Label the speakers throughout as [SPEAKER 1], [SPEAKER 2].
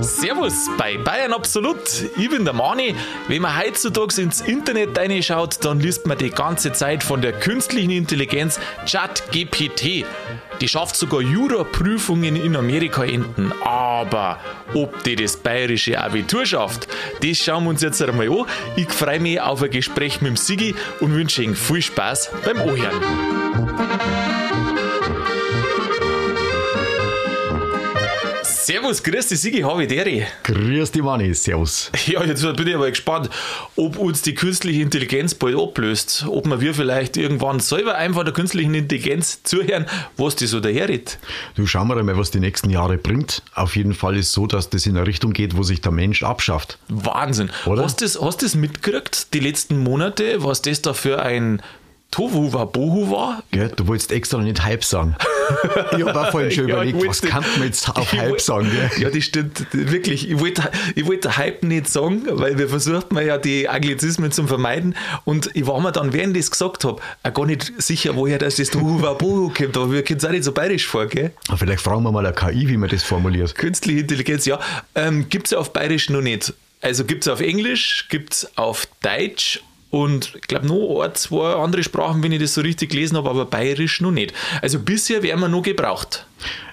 [SPEAKER 1] Servus bei Bayern Absolut. Ich bin der Mani. Wenn man heutzutage ins Internet reinschaut, dann liest man die ganze Zeit von der künstlichen Intelligenz ChatGPT. Die schafft sogar Jura-Prüfungen in Amerika enden. Aber ob die das bayerische Abitur schafft, das schauen wir uns jetzt einmal an. Ich freue mich auf ein Gespräch mit dem Sigi und wünsche Ihnen viel Spaß beim Ohren. Servus, grüß dich, Sigi, habe ich deri.
[SPEAKER 2] Grüß dich, Manni, servus.
[SPEAKER 1] Ja, jetzt bin ich aber gespannt, ob uns die künstliche Intelligenz bald ablöst. Ob man wir vielleicht irgendwann selber einfach der künstlichen Intelligenz zuhören, was die so daherredet.
[SPEAKER 2] Du schauen wir einmal, was die nächsten Jahre bringt. Auf jeden Fall ist so, dass das in eine Richtung geht, wo sich der Mensch abschafft.
[SPEAKER 1] Wahnsinn.
[SPEAKER 2] Oder?
[SPEAKER 1] Hast du das, hast das mitgekriegt, die letzten Monate, was das da für ein Tohu Wabohu war?
[SPEAKER 2] Gell? Du wolltest extra nicht Hype sagen. Ich habe auch vorhin schon
[SPEAKER 1] Ja,
[SPEAKER 2] überlegt,
[SPEAKER 1] gut,
[SPEAKER 2] was
[SPEAKER 1] das-
[SPEAKER 2] kann man jetzt auf
[SPEAKER 1] Ich
[SPEAKER 2] Hype
[SPEAKER 1] woll-
[SPEAKER 2] sagen? Gell?
[SPEAKER 1] Ja, das stimmt. Wirklich, ich wollte ich wollte Hype nicht sagen, weil wir versucht man ja die Anglizismen zu vermeiden. Und ich war mir dann, während ich das gesagt habe, auch gar nicht sicher, woher das das Huwabuhu kommt. Aber wir können es auch nicht so bayerisch vor, gell?
[SPEAKER 2] Vielleicht fragen wir mal eine KI, wie man das formuliert.
[SPEAKER 1] Künstliche Intelligenz, ja. Ähm, gibt es ja auf bayerisch noch nicht. Also gibt es auf Englisch, gibt es auf Deutsch und ich glaube noch ein, zwei andere Sprachen, wenn ich das so richtig gelesen habe, aber bayerisch noch nicht. Also bisher werden wir noch gebraucht.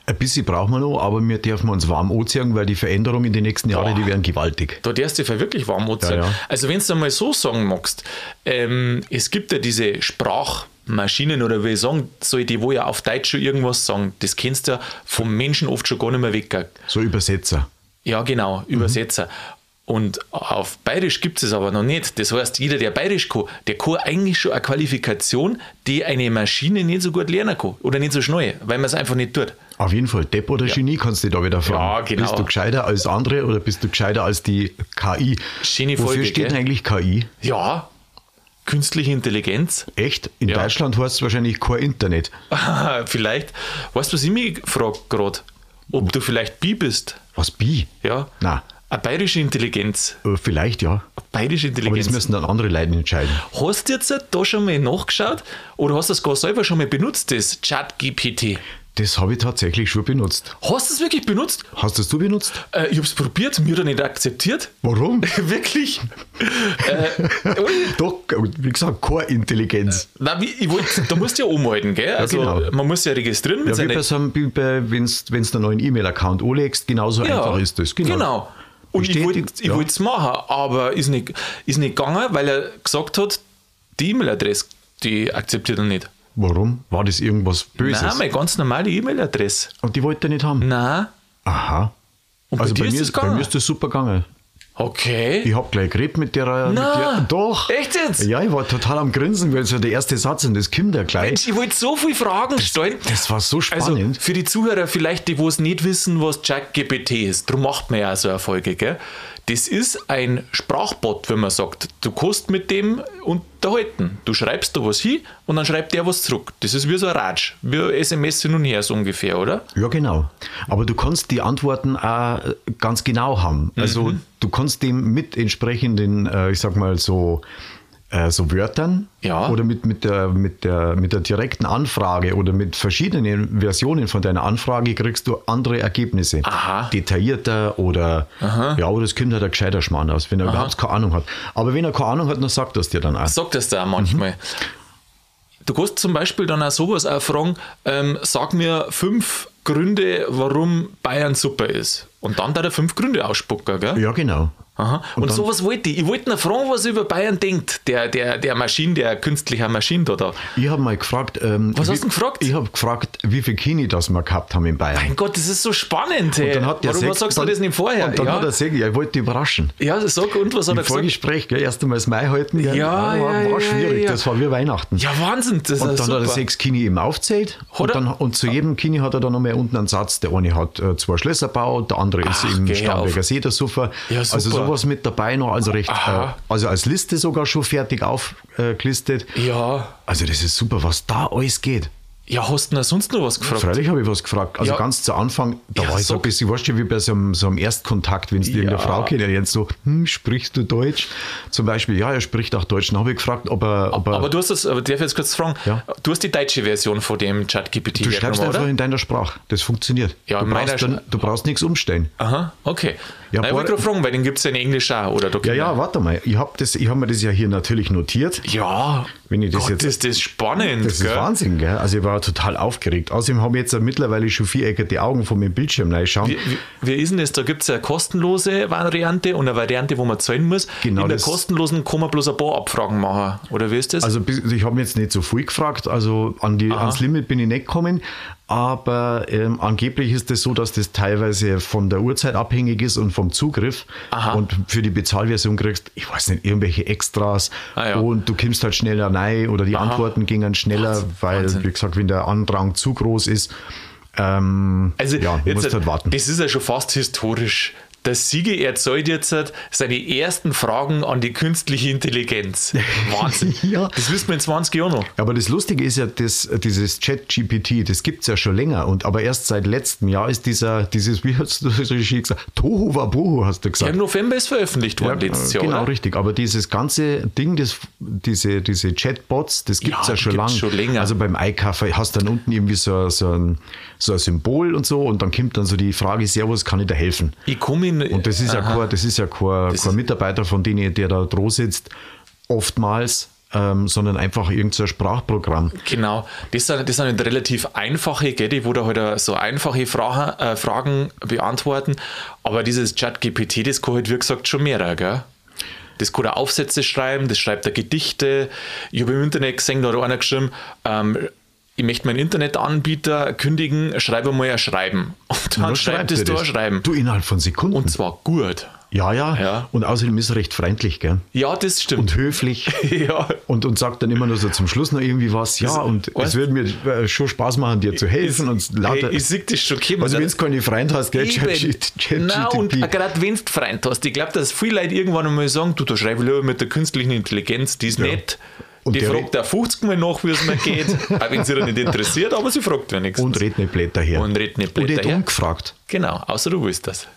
[SPEAKER 2] Ein bisschen brauchen wir noch, aber wir dürfen uns warm anziehen, weil die Veränderungen in den nächsten Jahren, die werden gewaltig.
[SPEAKER 1] Da darfst du dich halt wirklich warm anziehen.
[SPEAKER 2] Ja, ja.
[SPEAKER 1] Also, wenn du einmal so sagen magst, ähm, es gibt ja diese Sprachmaschinen oder wie ich sagen soll, die wo ja auf Deutsch schon irgendwas sagen. Das kennst du ja vom Menschen oft schon gar nicht mehr weg. gell?
[SPEAKER 2] So Übersetzer.
[SPEAKER 1] Ja, genau,
[SPEAKER 2] Mhm.
[SPEAKER 1] Übersetzer. Und auf Bayerisch gibt es aber noch nicht. Das heißt, jeder, der Bayerisch kann, der kann eigentlich schon eine Qualifikation, die eine Maschine nicht so gut lernen kann oder nicht so schnell, weil man es einfach nicht tut.
[SPEAKER 2] Auf jeden Fall, Depp oder Genie kannst du dich da wieder fragen.
[SPEAKER 1] Ja, genau.
[SPEAKER 2] Bist du gescheiter als andere oder bist du gescheiter als die KI?
[SPEAKER 1] Schöne
[SPEAKER 2] Wofür
[SPEAKER 1] Folge,
[SPEAKER 2] steht
[SPEAKER 1] gell?
[SPEAKER 2] denn eigentlich KI?
[SPEAKER 1] Ja, künstliche Intelligenz.
[SPEAKER 2] Echt? In
[SPEAKER 1] Ja.
[SPEAKER 2] Deutschland heißt es wahrscheinlich kein Internet.
[SPEAKER 1] vielleicht. Weißt du, was ich mich frage gerade? Ob du vielleicht Bi bist?
[SPEAKER 2] Was Bi?
[SPEAKER 1] Ja?
[SPEAKER 2] Na,
[SPEAKER 1] Eine bayerische Intelligenz.
[SPEAKER 2] äh, vielleicht ja.
[SPEAKER 1] Eine bayerische
[SPEAKER 2] Aber das
[SPEAKER 1] Intelligenz.
[SPEAKER 2] müssen dann andere Leute entscheiden.
[SPEAKER 1] Hast du jetzt da schon mal nachgeschaut? Oder hast du das gar selber schon mal benutzt, das Chat-GPT?
[SPEAKER 2] Das habe ich tatsächlich schon benutzt.
[SPEAKER 1] Hast du es wirklich benutzt?
[SPEAKER 2] Hast das du benutzt?
[SPEAKER 1] Äh, ich habe es probiert, mir hat er nicht akzeptiert.
[SPEAKER 2] Warum?
[SPEAKER 1] wirklich? äh, ui. Äh,
[SPEAKER 2] Doch, wie gesagt, keine Intelligenz.
[SPEAKER 1] Nein, wie- ich wollt, da musst du ja umhalten, gell? Also,
[SPEAKER 2] genau.
[SPEAKER 1] man muss ja registrieren mit
[SPEAKER 2] Ja, wie
[SPEAKER 1] seinen
[SPEAKER 2] bei so einem, wie bei, wenn's, wenn's einen neuen E-Mail-Account anlegst, genauso einfach ist das.
[SPEAKER 1] Genau. Und ich
[SPEAKER 2] Bestätigt,
[SPEAKER 1] wollte es
[SPEAKER 2] ja.
[SPEAKER 1] machen, aber ist nicht, ist nicht gegangen, weil er gesagt hat, die E-Mail-Adresse, die akzeptiert er nicht.
[SPEAKER 2] Warum? War das irgendwas Böses?
[SPEAKER 1] Nein, meine ganz normale E-Mail-Adresse.
[SPEAKER 2] Und die wollte er nicht haben.
[SPEAKER 1] Nein.
[SPEAKER 2] Aha.
[SPEAKER 1] Und
[SPEAKER 2] also
[SPEAKER 1] bei
[SPEAKER 2] bei,
[SPEAKER 1] dir
[SPEAKER 2] mir,
[SPEAKER 1] ist es
[SPEAKER 2] ist, bei
[SPEAKER 1] gegangen.
[SPEAKER 2] mir ist das super gegangen.
[SPEAKER 1] okay.
[SPEAKER 2] Ich habe gleich geredet mit der. mit
[SPEAKER 1] Na,
[SPEAKER 2] der doch.
[SPEAKER 1] echt jetzt?
[SPEAKER 2] Ja, ich war total am Grinsen, weil so der erste Satz und das kommt ja gleich.
[SPEAKER 1] Mensch, ich wollte so viele Fragen stellen.
[SPEAKER 2] Das war so
[SPEAKER 1] also
[SPEAKER 2] spannend.
[SPEAKER 1] für die Zuhörer vielleicht, die wo es nicht wissen, was ChatGPT ist, darum macht man ja so eine Folge, gell? Das ist ein Sprachbot, wenn man sagt. Du kannst mit dem unterhalten. Du schreibst da was hin und dann schreibt der was zurück. Das ist wie so ein Ratsch, wie ein SMS hin und her so ungefähr, oder?
[SPEAKER 2] Ja, genau. Aber du kannst die Antworten auch ganz genau haben. Also du kannst dem mit entsprechenden, äh, ich sag mal so, äh, so Wörtern
[SPEAKER 1] Ja.
[SPEAKER 2] oder mit, mit, der, mit, der, mit der direkten Anfrage oder mit verschiedenen Versionen von deiner Anfrage kriegst du andere Ergebnisse.
[SPEAKER 1] Aha.
[SPEAKER 2] Detaillierter oder ja, oder es kommt halt ein gescheiter Schmarrn aus, wenn er überhaupt keine Ahnung hat. Aber wenn er keine Ahnung hat, dann sagt das dir dann auch.
[SPEAKER 1] Sagt das da auch manchmal. Du kannst zum Beispiel dann auch sowas auch fragen, ähm, sag mir fünf Gründe, warum Bayern super ist. Und dann da er fünf Gründe ausspucken, gell?
[SPEAKER 2] Ja, genau.
[SPEAKER 1] Aha. Und, sowas wollte ich. Ich wollte ihn fragen, was er über Bayern denkt, der, der, der Maschine, der künstliche Maschine da. da.
[SPEAKER 2] Ich habe mal gefragt. Ähm,
[SPEAKER 1] Was
[SPEAKER 2] wie,
[SPEAKER 1] hast du denn gefragt?
[SPEAKER 2] Ich habe gefragt, wie viel Kini das wir gehabt haben in Bayern.
[SPEAKER 1] Mein Gott, das ist so spannend. Hey.
[SPEAKER 2] Dann hat der
[SPEAKER 1] Warum
[SPEAKER 2] sechs-
[SPEAKER 1] sagst du
[SPEAKER 2] dann-
[SPEAKER 1] das nicht vorher?
[SPEAKER 2] Und dann
[SPEAKER 1] ja.
[SPEAKER 2] hat er gesagt, ja, ich wollte dich überraschen.
[SPEAKER 1] ja, sag und was hat er
[SPEAKER 2] Im
[SPEAKER 1] gesagt?
[SPEAKER 2] Vorgespräch, gell, erst einmal das Mai halten, gell, Ah,
[SPEAKER 1] Ja,
[SPEAKER 2] war,
[SPEAKER 1] ja, ja,
[SPEAKER 2] war schwierig,
[SPEAKER 1] ja.
[SPEAKER 2] das war wie Weihnachten.
[SPEAKER 1] Ja, Wahnsinn, das
[SPEAKER 2] Und
[SPEAKER 1] ist
[SPEAKER 2] dann hat er
[SPEAKER 1] super.
[SPEAKER 2] sechs Kini eben aufzählt
[SPEAKER 1] Oder?
[SPEAKER 2] und, dann, und zu jedem Kini hat er dann nochmal unten einen Satz. Der eine hat äh, zwei Schlösser gebaut, der andere ist
[SPEAKER 1] Ach,
[SPEAKER 2] im
[SPEAKER 1] geh
[SPEAKER 2] Starnberger
[SPEAKER 1] auf.
[SPEAKER 2] See der Suffer.
[SPEAKER 1] Ja,
[SPEAKER 2] also
[SPEAKER 1] super.
[SPEAKER 2] sowas mit dabei noch, also recht, äh,
[SPEAKER 1] Aha.
[SPEAKER 2] also als Liste sogar schon fertig aufgelistet.
[SPEAKER 1] ja,
[SPEAKER 2] Also das ist super, was da alles geht.
[SPEAKER 1] Ja, hast du denn sonst noch was gefragt?
[SPEAKER 2] Freilich habe ich was gefragt. Also
[SPEAKER 1] Ja.
[SPEAKER 2] ganz zu Anfang, da
[SPEAKER 1] Ja,
[SPEAKER 2] war ich so
[SPEAKER 1] sag.
[SPEAKER 2] ein bisschen, weißt du, wie bei so einem, so einem Erstkontakt, wenn du ja. irgendeine
[SPEAKER 1] Ja.
[SPEAKER 2] Frau kennenlernst, so, hm, sprichst du Deutsch? Zum Beispiel, ja, er spricht auch Deutsch. Dann habe ich gefragt, ob er, ob er
[SPEAKER 1] Aber du hast das, aber darf ich jetzt kurz fragen,
[SPEAKER 2] Ja.
[SPEAKER 1] du hast die deutsche Version von dem ChatGPT
[SPEAKER 2] du schreibst
[SPEAKER 1] hergenommen,
[SPEAKER 2] einfach
[SPEAKER 1] oder?
[SPEAKER 2] in deiner Sprache. Das funktioniert.
[SPEAKER 1] Ja,
[SPEAKER 2] du,
[SPEAKER 1] in meiner
[SPEAKER 2] brauchst dann,
[SPEAKER 1] Sprache.
[SPEAKER 2] du brauchst nichts umstellen.
[SPEAKER 1] Aha, okay.
[SPEAKER 2] Ja,
[SPEAKER 1] Nein, ich wollte
[SPEAKER 2] boah.
[SPEAKER 1] gerade fragen, weil den gibt es in Englisch auch, oder?
[SPEAKER 2] Ja, ja, warte mal. Ich habe hab mir das ja hier natürlich notiert.
[SPEAKER 1] Ja,
[SPEAKER 2] Wenn ich das
[SPEAKER 1] Gott,
[SPEAKER 2] jetzt-
[SPEAKER 1] ist das spannend,
[SPEAKER 2] Das ist
[SPEAKER 1] gell?
[SPEAKER 2] Wahnsinn, gell? Also ich war total aufgeregt. Außerdem haben jetzt mittlerweile schon viereckert die Augen von meinem Bildschirm reinschauen.
[SPEAKER 1] Wie, wie, wie ist denn das? Da gibt es eine kostenlose Variante und eine Variante, wo man zahlen muss.
[SPEAKER 2] Genau
[SPEAKER 1] In der
[SPEAKER 2] das-
[SPEAKER 1] kostenlosen kann man bloß ein paar Abfragen machen, oder wie ist das?
[SPEAKER 2] Also bis- ich habe jetzt nicht so viel gefragt, also an die, ans Limit bin ich nicht gekommen, aber ähm, angeblich ist es das so, dass das teilweise von der Uhrzeit abhängig ist und vom Zugriff
[SPEAKER 1] Aha.
[SPEAKER 2] und für die Bezahlversion kriegst, ich weiß nicht, irgendwelche Extras
[SPEAKER 1] Ah, ja.
[SPEAKER 2] und du kommst halt schneller rein oder die Antworten gingen schneller, weil,
[SPEAKER 1] Wahnsinn.
[SPEAKER 2] wie gesagt, wenn der Andrang zu groß ist, ähm,
[SPEAKER 1] Also,
[SPEAKER 2] ja, du
[SPEAKER 1] jetzt,
[SPEAKER 2] musst halt warten.
[SPEAKER 1] das ist ja schon fast historisch. Der Siege erzählt jetzt halt seine ersten Fragen an die künstliche Intelligenz. Wahnsinn.
[SPEAKER 2] Ja.
[SPEAKER 1] Das wissen wir in 20 Jahren noch.
[SPEAKER 2] Aber das Lustige ist ja, das, dieses Chat-GPT, das gibt es ja schon länger. Und, aber erst seit letztem Jahr ist dieser, dieses, wie hast du das richtig gesagt? Tohu Wabohu, hast du
[SPEAKER 1] Ja,
[SPEAKER 2] gesagt.
[SPEAKER 1] Im November ist veröffentlicht worden
[SPEAKER 2] Ja,
[SPEAKER 1] letztes Jahr.
[SPEAKER 2] genau,
[SPEAKER 1] oder?
[SPEAKER 2] richtig. Aber dieses ganze Ding, das, diese, diese Chatbots, das gibt es
[SPEAKER 1] Ja,
[SPEAKER 2] ja,
[SPEAKER 1] die
[SPEAKER 2] schon,
[SPEAKER 1] gibt's
[SPEAKER 2] lang.
[SPEAKER 1] schon länger.
[SPEAKER 2] Also beim Einkaufen hast du dann unten irgendwie so, so, ein, so ein Symbol und so. Und dann kommt dann so die Frage, Servus, kann ich da helfen?
[SPEAKER 1] Ich komme in.
[SPEAKER 2] Und das ist ja kein, das ist ja kein, kein
[SPEAKER 1] ist-
[SPEAKER 2] Mitarbeiter von denen, der da dran sitzt, oftmals, ähm, sondern einfach irgendein so ein Sprachprogramm.
[SPEAKER 1] Genau, das sind, das sind halt relativ einfache, gell, die wo da halt äh, so einfache Fragen, äh, Fragen beantworten. Aber dieses Chat-GPT, das kann halt, wie gesagt, schon mehrere, gell? Das kann da Aufsätze schreiben, das schreibt da Gedichte. Ich habe im Internet gesehen, da hat einer geschrieben, ähm, ich möchte meinen Internetanbieter kündigen, schreibe mal ein Schreiben. Und dann
[SPEAKER 2] Nur
[SPEAKER 1] schreibt
[SPEAKER 2] dir
[SPEAKER 1] es da ein Schreiben.
[SPEAKER 2] Du innerhalb von Sekunden.
[SPEAKER 1] Und zwar gut.
[SPEAKER 2] ja, ja,
[SPEAKER 1] Ja.
[SPEAKER 2] Und außerdem ist er recht freundlich, gell?
[SPEAKER 1] Ja, das stimmt.
[SPEAKER 2] Und höflich.
[SPEAKER 1] ja.
[SPEAKER 2] Und, und sagt dann immer nur so zum Schluss noch irgendwie was. Ja, und
[SPEAKER 1] weißt-
[SPEAKER 2] es würde mir äh, schon Spaß machen, dir zu helfen.
[SPEAKER 1] Ich-
[SPEAKER 2] und lauter,
[SPEAKER 1] Hey, ich sehe das schon kommen.
[SPEAKER 2] also, wenn du keine Freund hast, gell?
[SPEAKER 1] Eben. Na, und
[SPEAKER 2] ChatGPT.
[SPEAKER 1] gerade wenn du Freund hast, ich glaube, dass viele Leute irgendwann einmal sagen, du, da schreibe ich lieber mit der künstlichen Intelligenz, die ist nett.
[SPEAKER 2] Und
[SPEAKER 1] die
[SPEAKER 2] der
[SPEAKER 1] fragt
[SPEAKER 2] re-
[SPEAKER 1] auch 50 Mal nach, wie es mir geht, auch wenn sie dann nicht interessiert, aber sie fragt wenigstens.
[SPEAKER 2] Und red nicht Blätter her.
[SPEAKER 1] Und red nicht
[SPEAKER 2] Und
[SPEAKER 1] Blätter
[SPEAKER 2] nicht
[SPEAKER 1] her.
[SPEAKER 2] ungefragt.
[SPEAKER 1] genau, außer du willst das.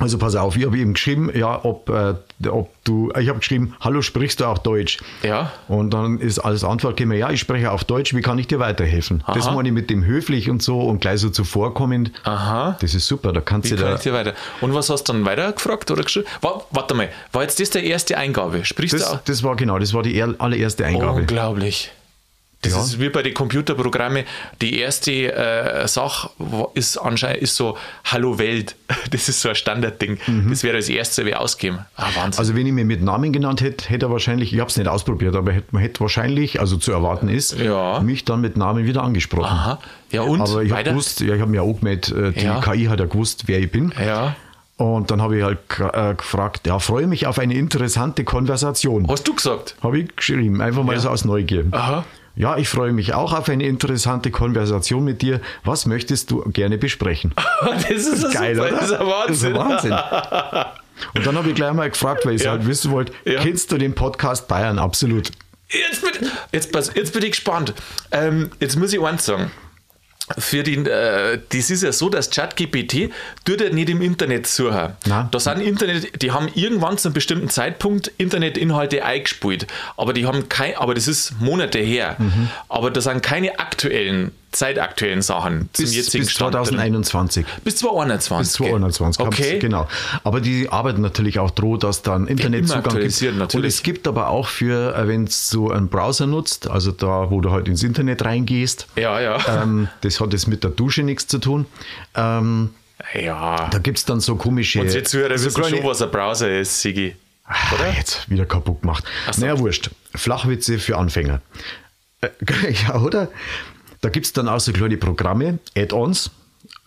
[SPEAKER 2] Also pass auf, ich habe ihm geschrieben, ja, ob, äh, ob du, ich habe geschrieben, hallo, sprichst du auch Deutsch?
[SPEAKER 1] Ja.
[SPEAKER 2] Und dann ist als Antwort gekommen, ja, ich spreche auch Deutsch, wie kann ich dir weiterhelfen? Das meine ich mit dem höflich und so und gleich so zuvorkommend.
[SPEAKER 1] Aha.
[SPEAKER 2] Das ist super, da kannst du
[SPEAKER 1] Wie kann
[SPEAKER 2] da,
[SPEAKER 1] ich dir weiter? Und was hast du dann weiter gefragt oder geschrieben? Wa- Warte mal, war jetzt das der erste Eingabe? Sprichst du
[SPEAKER 2] das,
[SPEAKER 1] auch?
[SPEAKER 2] das war genau, das war die er- allererste Eingabe.
[SPEAKER 1] Unglaublich. Das
[SPEAKER 2] Ja.
[SPEAKER 1] ist wie bei den Computerprogrammen. Die erste äh, Sache wa- ist anscheinend ist so Hallo Welt. Das ist so ein Standardding. Das wäre das erste, wir ausgeben. Ah, Wahnsinn.
[SPEAKER 2] Mhm. also wenn ich mir mit Namen genannt hätte, hätte er wahrscheinlich, ich habe es nicht ausprobiert, aber hätte, man hätte wahrscheinlich, also zu erwarten ist,
[SPEAKER 1] Ja.
[SPEAKER 2] mich dann mit Namen wieder angesprochen.
[SPEAKER 1] Aha. Ja, und
[SPEAKER 2] Aber ich habe
[SPEAKER 1] weiter.
[SPEAKER 2] gewusst, ja, ich habe mir auch gemeldet, äh, die
[SPEAKER 1] Ja.
[SPEAKER 2] KI hat ja gewusst, wer ich bin.
[SPEAKER 1] Ja.
[SPEAKER 2] Und dann habe ich halt gra- äh, gefragt, ja, freue mich auf eine interessante Konversation.
[SPEAKER 1] Hast du gesagt?
[SPEAKER 2] Habe ich geschrieben, einfach mal so aus Neugier.
[SPEAKER 1] Aha.
[SPEAKER 2] Ja, ich freue mich auch auf eine interessante Konversation mit dir. Was möchtest du gerne besprechen?
[SPEAKER 1] Das ist ja
[SPEAKER 2] Geil,
[SPEAKER 1] super.
[SPEAKER 2] oder?
[SPEAKER 1] Das ist ein Wahnsinn.
[SPEAKER 2] Das ist ein Wahnsinn. Und dann habe ich gleich mal gefragt, weil ich
[SPEAKER 1] Ja.
[SPEAKER 2] halt wissen wollte,
[SPEAKER 1] Ja.
[SPEAKER 2] kennst du den Podcast Bayern absolut?
[SPEAKER 1] Jetzt bin, jetzt, pass- jetzt bin ich gespannt. Ähm, jetzt muss ich eins sagen. Für den, äh, das ist ja so, dass ChatGPT tut ja nicht im Internet suchen.
[SPEAKER 2] Nein.
[SPEAKER 1] Da sind Internet, die haben irgendwann zu einem bestimmten Zeitpunkt Internetinhalte eingespielt. Aber die haben kein, aber das ist Monate her.
[SPEAKER 2] Mhm.
[SPEAKER 1] Aber da sind keine aktuellen, zeitaktuellen Sachen zum
[SPEAKER 2] Bis,
[SPEAKER 1] jetzigen
[SPEAKER 2] bis
[SPEAKER 1] Stand. drin.
[SPEAKER 2] 2021.
[SPEAKER 1] Bis 2021.
[SPEAKER 2] Bis 220 gab's,
[SPEAKER 1] Okay.
[SPEAKER 2] genau. Aber die arbeiten natürlich auch droh, dass dann Internetzugang gibt.
[SPEAKER 1] aktualisieren,
[SPEAKER 2] Und
[SPEAKER 1] natürlich.
[SPEAKER 2] es gibt aber auch für, äh, wenn du einen Browser nutzt, also da, wo du halt ins Internet reingehst,
[SPEAKER 1] Ja, ja.
[SPEAKER 2] ähm, das hat jetzt mit der Dusche nichts zu tun, ähm,
[SPEAKER 1] ja.
[SPEAKER 2] da gibt es dann so komische...
[SPEAKER 1] Unsere Zuhörer
[SPEAKER 2] so
[SPEAKER 1] wissen
[SPEAKER 2] kleine-
[SPEAKER 1] schon, was ein Browser ist, Sigi.
[SPEAKER 2] Ah, Jetzt wieder kaputt gemacht.
[SPEAKER 1] so.
[SPEAKER 2] Naja, wurscht. Flachwitze für Anfänger. Äh, ja, oder? Da gibt es dann auch so kleine Programme, Add-ons,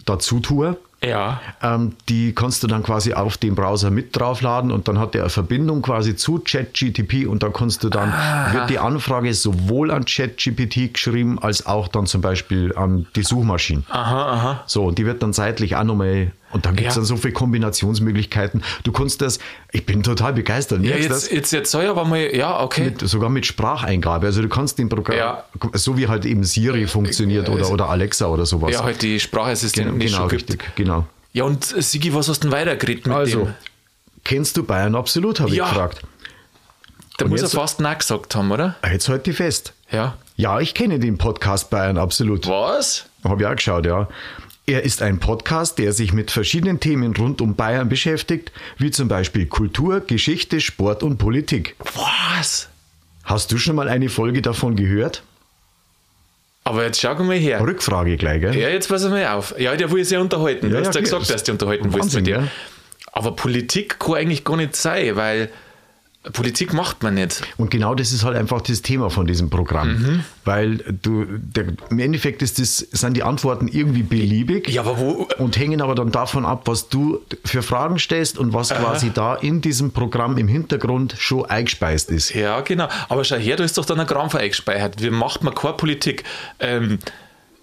[SPEAKER 2] dazu Tour.
[SPEAKER 1] Ja.
[SPEAKER 2] Ähm, die kannst du dann quasi auf den Browser mit draufladen und dann hat der eine Verbindung quasi zu ChatGTP und dann kannst du dann,
[SPEAKER 1] Ah.
[SPEAKER 2] wird die Anfrage sowohl an ChatGPT geschrieben als auch dann zum Beispiel an die Suchmaschinen.
[SPEAKER 1] Aha, aha.
[SPEAKER 2] So, und die wird dann seitlich auch nochmal Und dann gibt es
[SPEAKER 1] Ja.
[SPEAKER 2] dann so viele Kombinationsmöglichkeiten. Du kannst das, ich bin total begeistert.
[SPEAKER 1] Ja,
[SPEAKER 2] merkst
[SPEAKER 1] jetzt,
[SPEAKER 2] das?
[SPEAKER 1] jetzt, jetzt soll ich aber mal, ja, okay.
[SPEAKER 2] Mit, sogar mit Spracheingabe. Also du kannst den Programm,
[SPEAKER 1] Ja. Äh,
[SPEAKER 2] so wie halt eben Siri funktioniert oder, oder Alexa oder sowas.
[SPEAKER 1] ja, halt die Sprachassistenten, die es
[SPEAKER 2] genau,
[SPEAKER 1] schon gibt.
[SPEAKER 2] richtig, genau.
[SPEAKER 1] Ja, und äh, Sigi, was hast du denn weitergeredet mit
[SPEAKER 2] Also,
[SPEAKER 1] dem?
[SPEAKER 2] kennst du Bayern absolut, habe
[SPEAKER 1] Ja.
[SPEAKER 2] ich gefragt.
[SPEAKER 1] Da muss er
[SPEAKER 2] jetzt-
[SPEAKER 1] fast Nein gesagt haben, oder?
[SPEAKER 2] Ah, Jetzt halt die fest.
[SPEAKER 1] Ja.
[SPEAKER 2] Ja, ich kenne den Podcast Bayern absolut.
[SPEAKER 1] Was?
[SPEAKER 2] Habe ich auch geschaut, ja. Er ist ein Podcast, der sich mit verschiedenen Themen rund um Bayern beschäftigt, wie zum Beispiel Kultur, Geschichte, Sport und Politik.
[SPEAKER 1] Was?
[SPEAKER 2] Hast du schon mal eine Folge davon gehört?
[SPEAKER 1] Aber jetzt schau mal her.
[SPEAKER 2] Rückfrage gleich, gell?
[SPEAKER 1] Ja, jetzt pass mal auf. Ja, der will sich ja unterhalten.
[SPEAKER 2] Ja,
[SPEAKER 1] du hast
[SPEAKER 2] ja,
[SPEAKER 1] ja
[SPEAKER 2] okay.
[SPEAKER 1] gesagt, dass du dich unterhalten willst
[SPEAKER 2] Wahnsinn,
[SPEAKER 1] mit dir.
[SPEAKER 2] ja.
[SPEAKER 1] Aber Politik kann eigentlich gar nicht sein, weil Politik macht man nicht.
[SPEAKER 2] Und genau das ist halt einfach das Thema von diesem Programm.
[SPEAKER 1] Mhm.
[SPEAKER 2] Weil du, der, im Endeffekt ist das, sind die Antworten irgendwie beliebig.
[SPEAKER 1] Ja, aber wo-
[SPEAKER 2] Und hängen aber dann davon ab, was du für Fragen stellst und was quasi da in diesem Programm im Hintergrund schon eingespeist ist.
[SPEAKER 1] Ja, genau. Aber schau her, da ist doch dann ein Gramm eingespeichert. Wie macht man keine Politik? Ähm,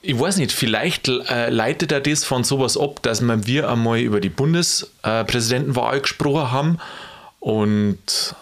[SPEAKER 1] ich weiß nicht, vielleicht äh, leitet er das von sowas ab, dass man wir einmal über die Bundespräsidentenwahl gesprochen haben und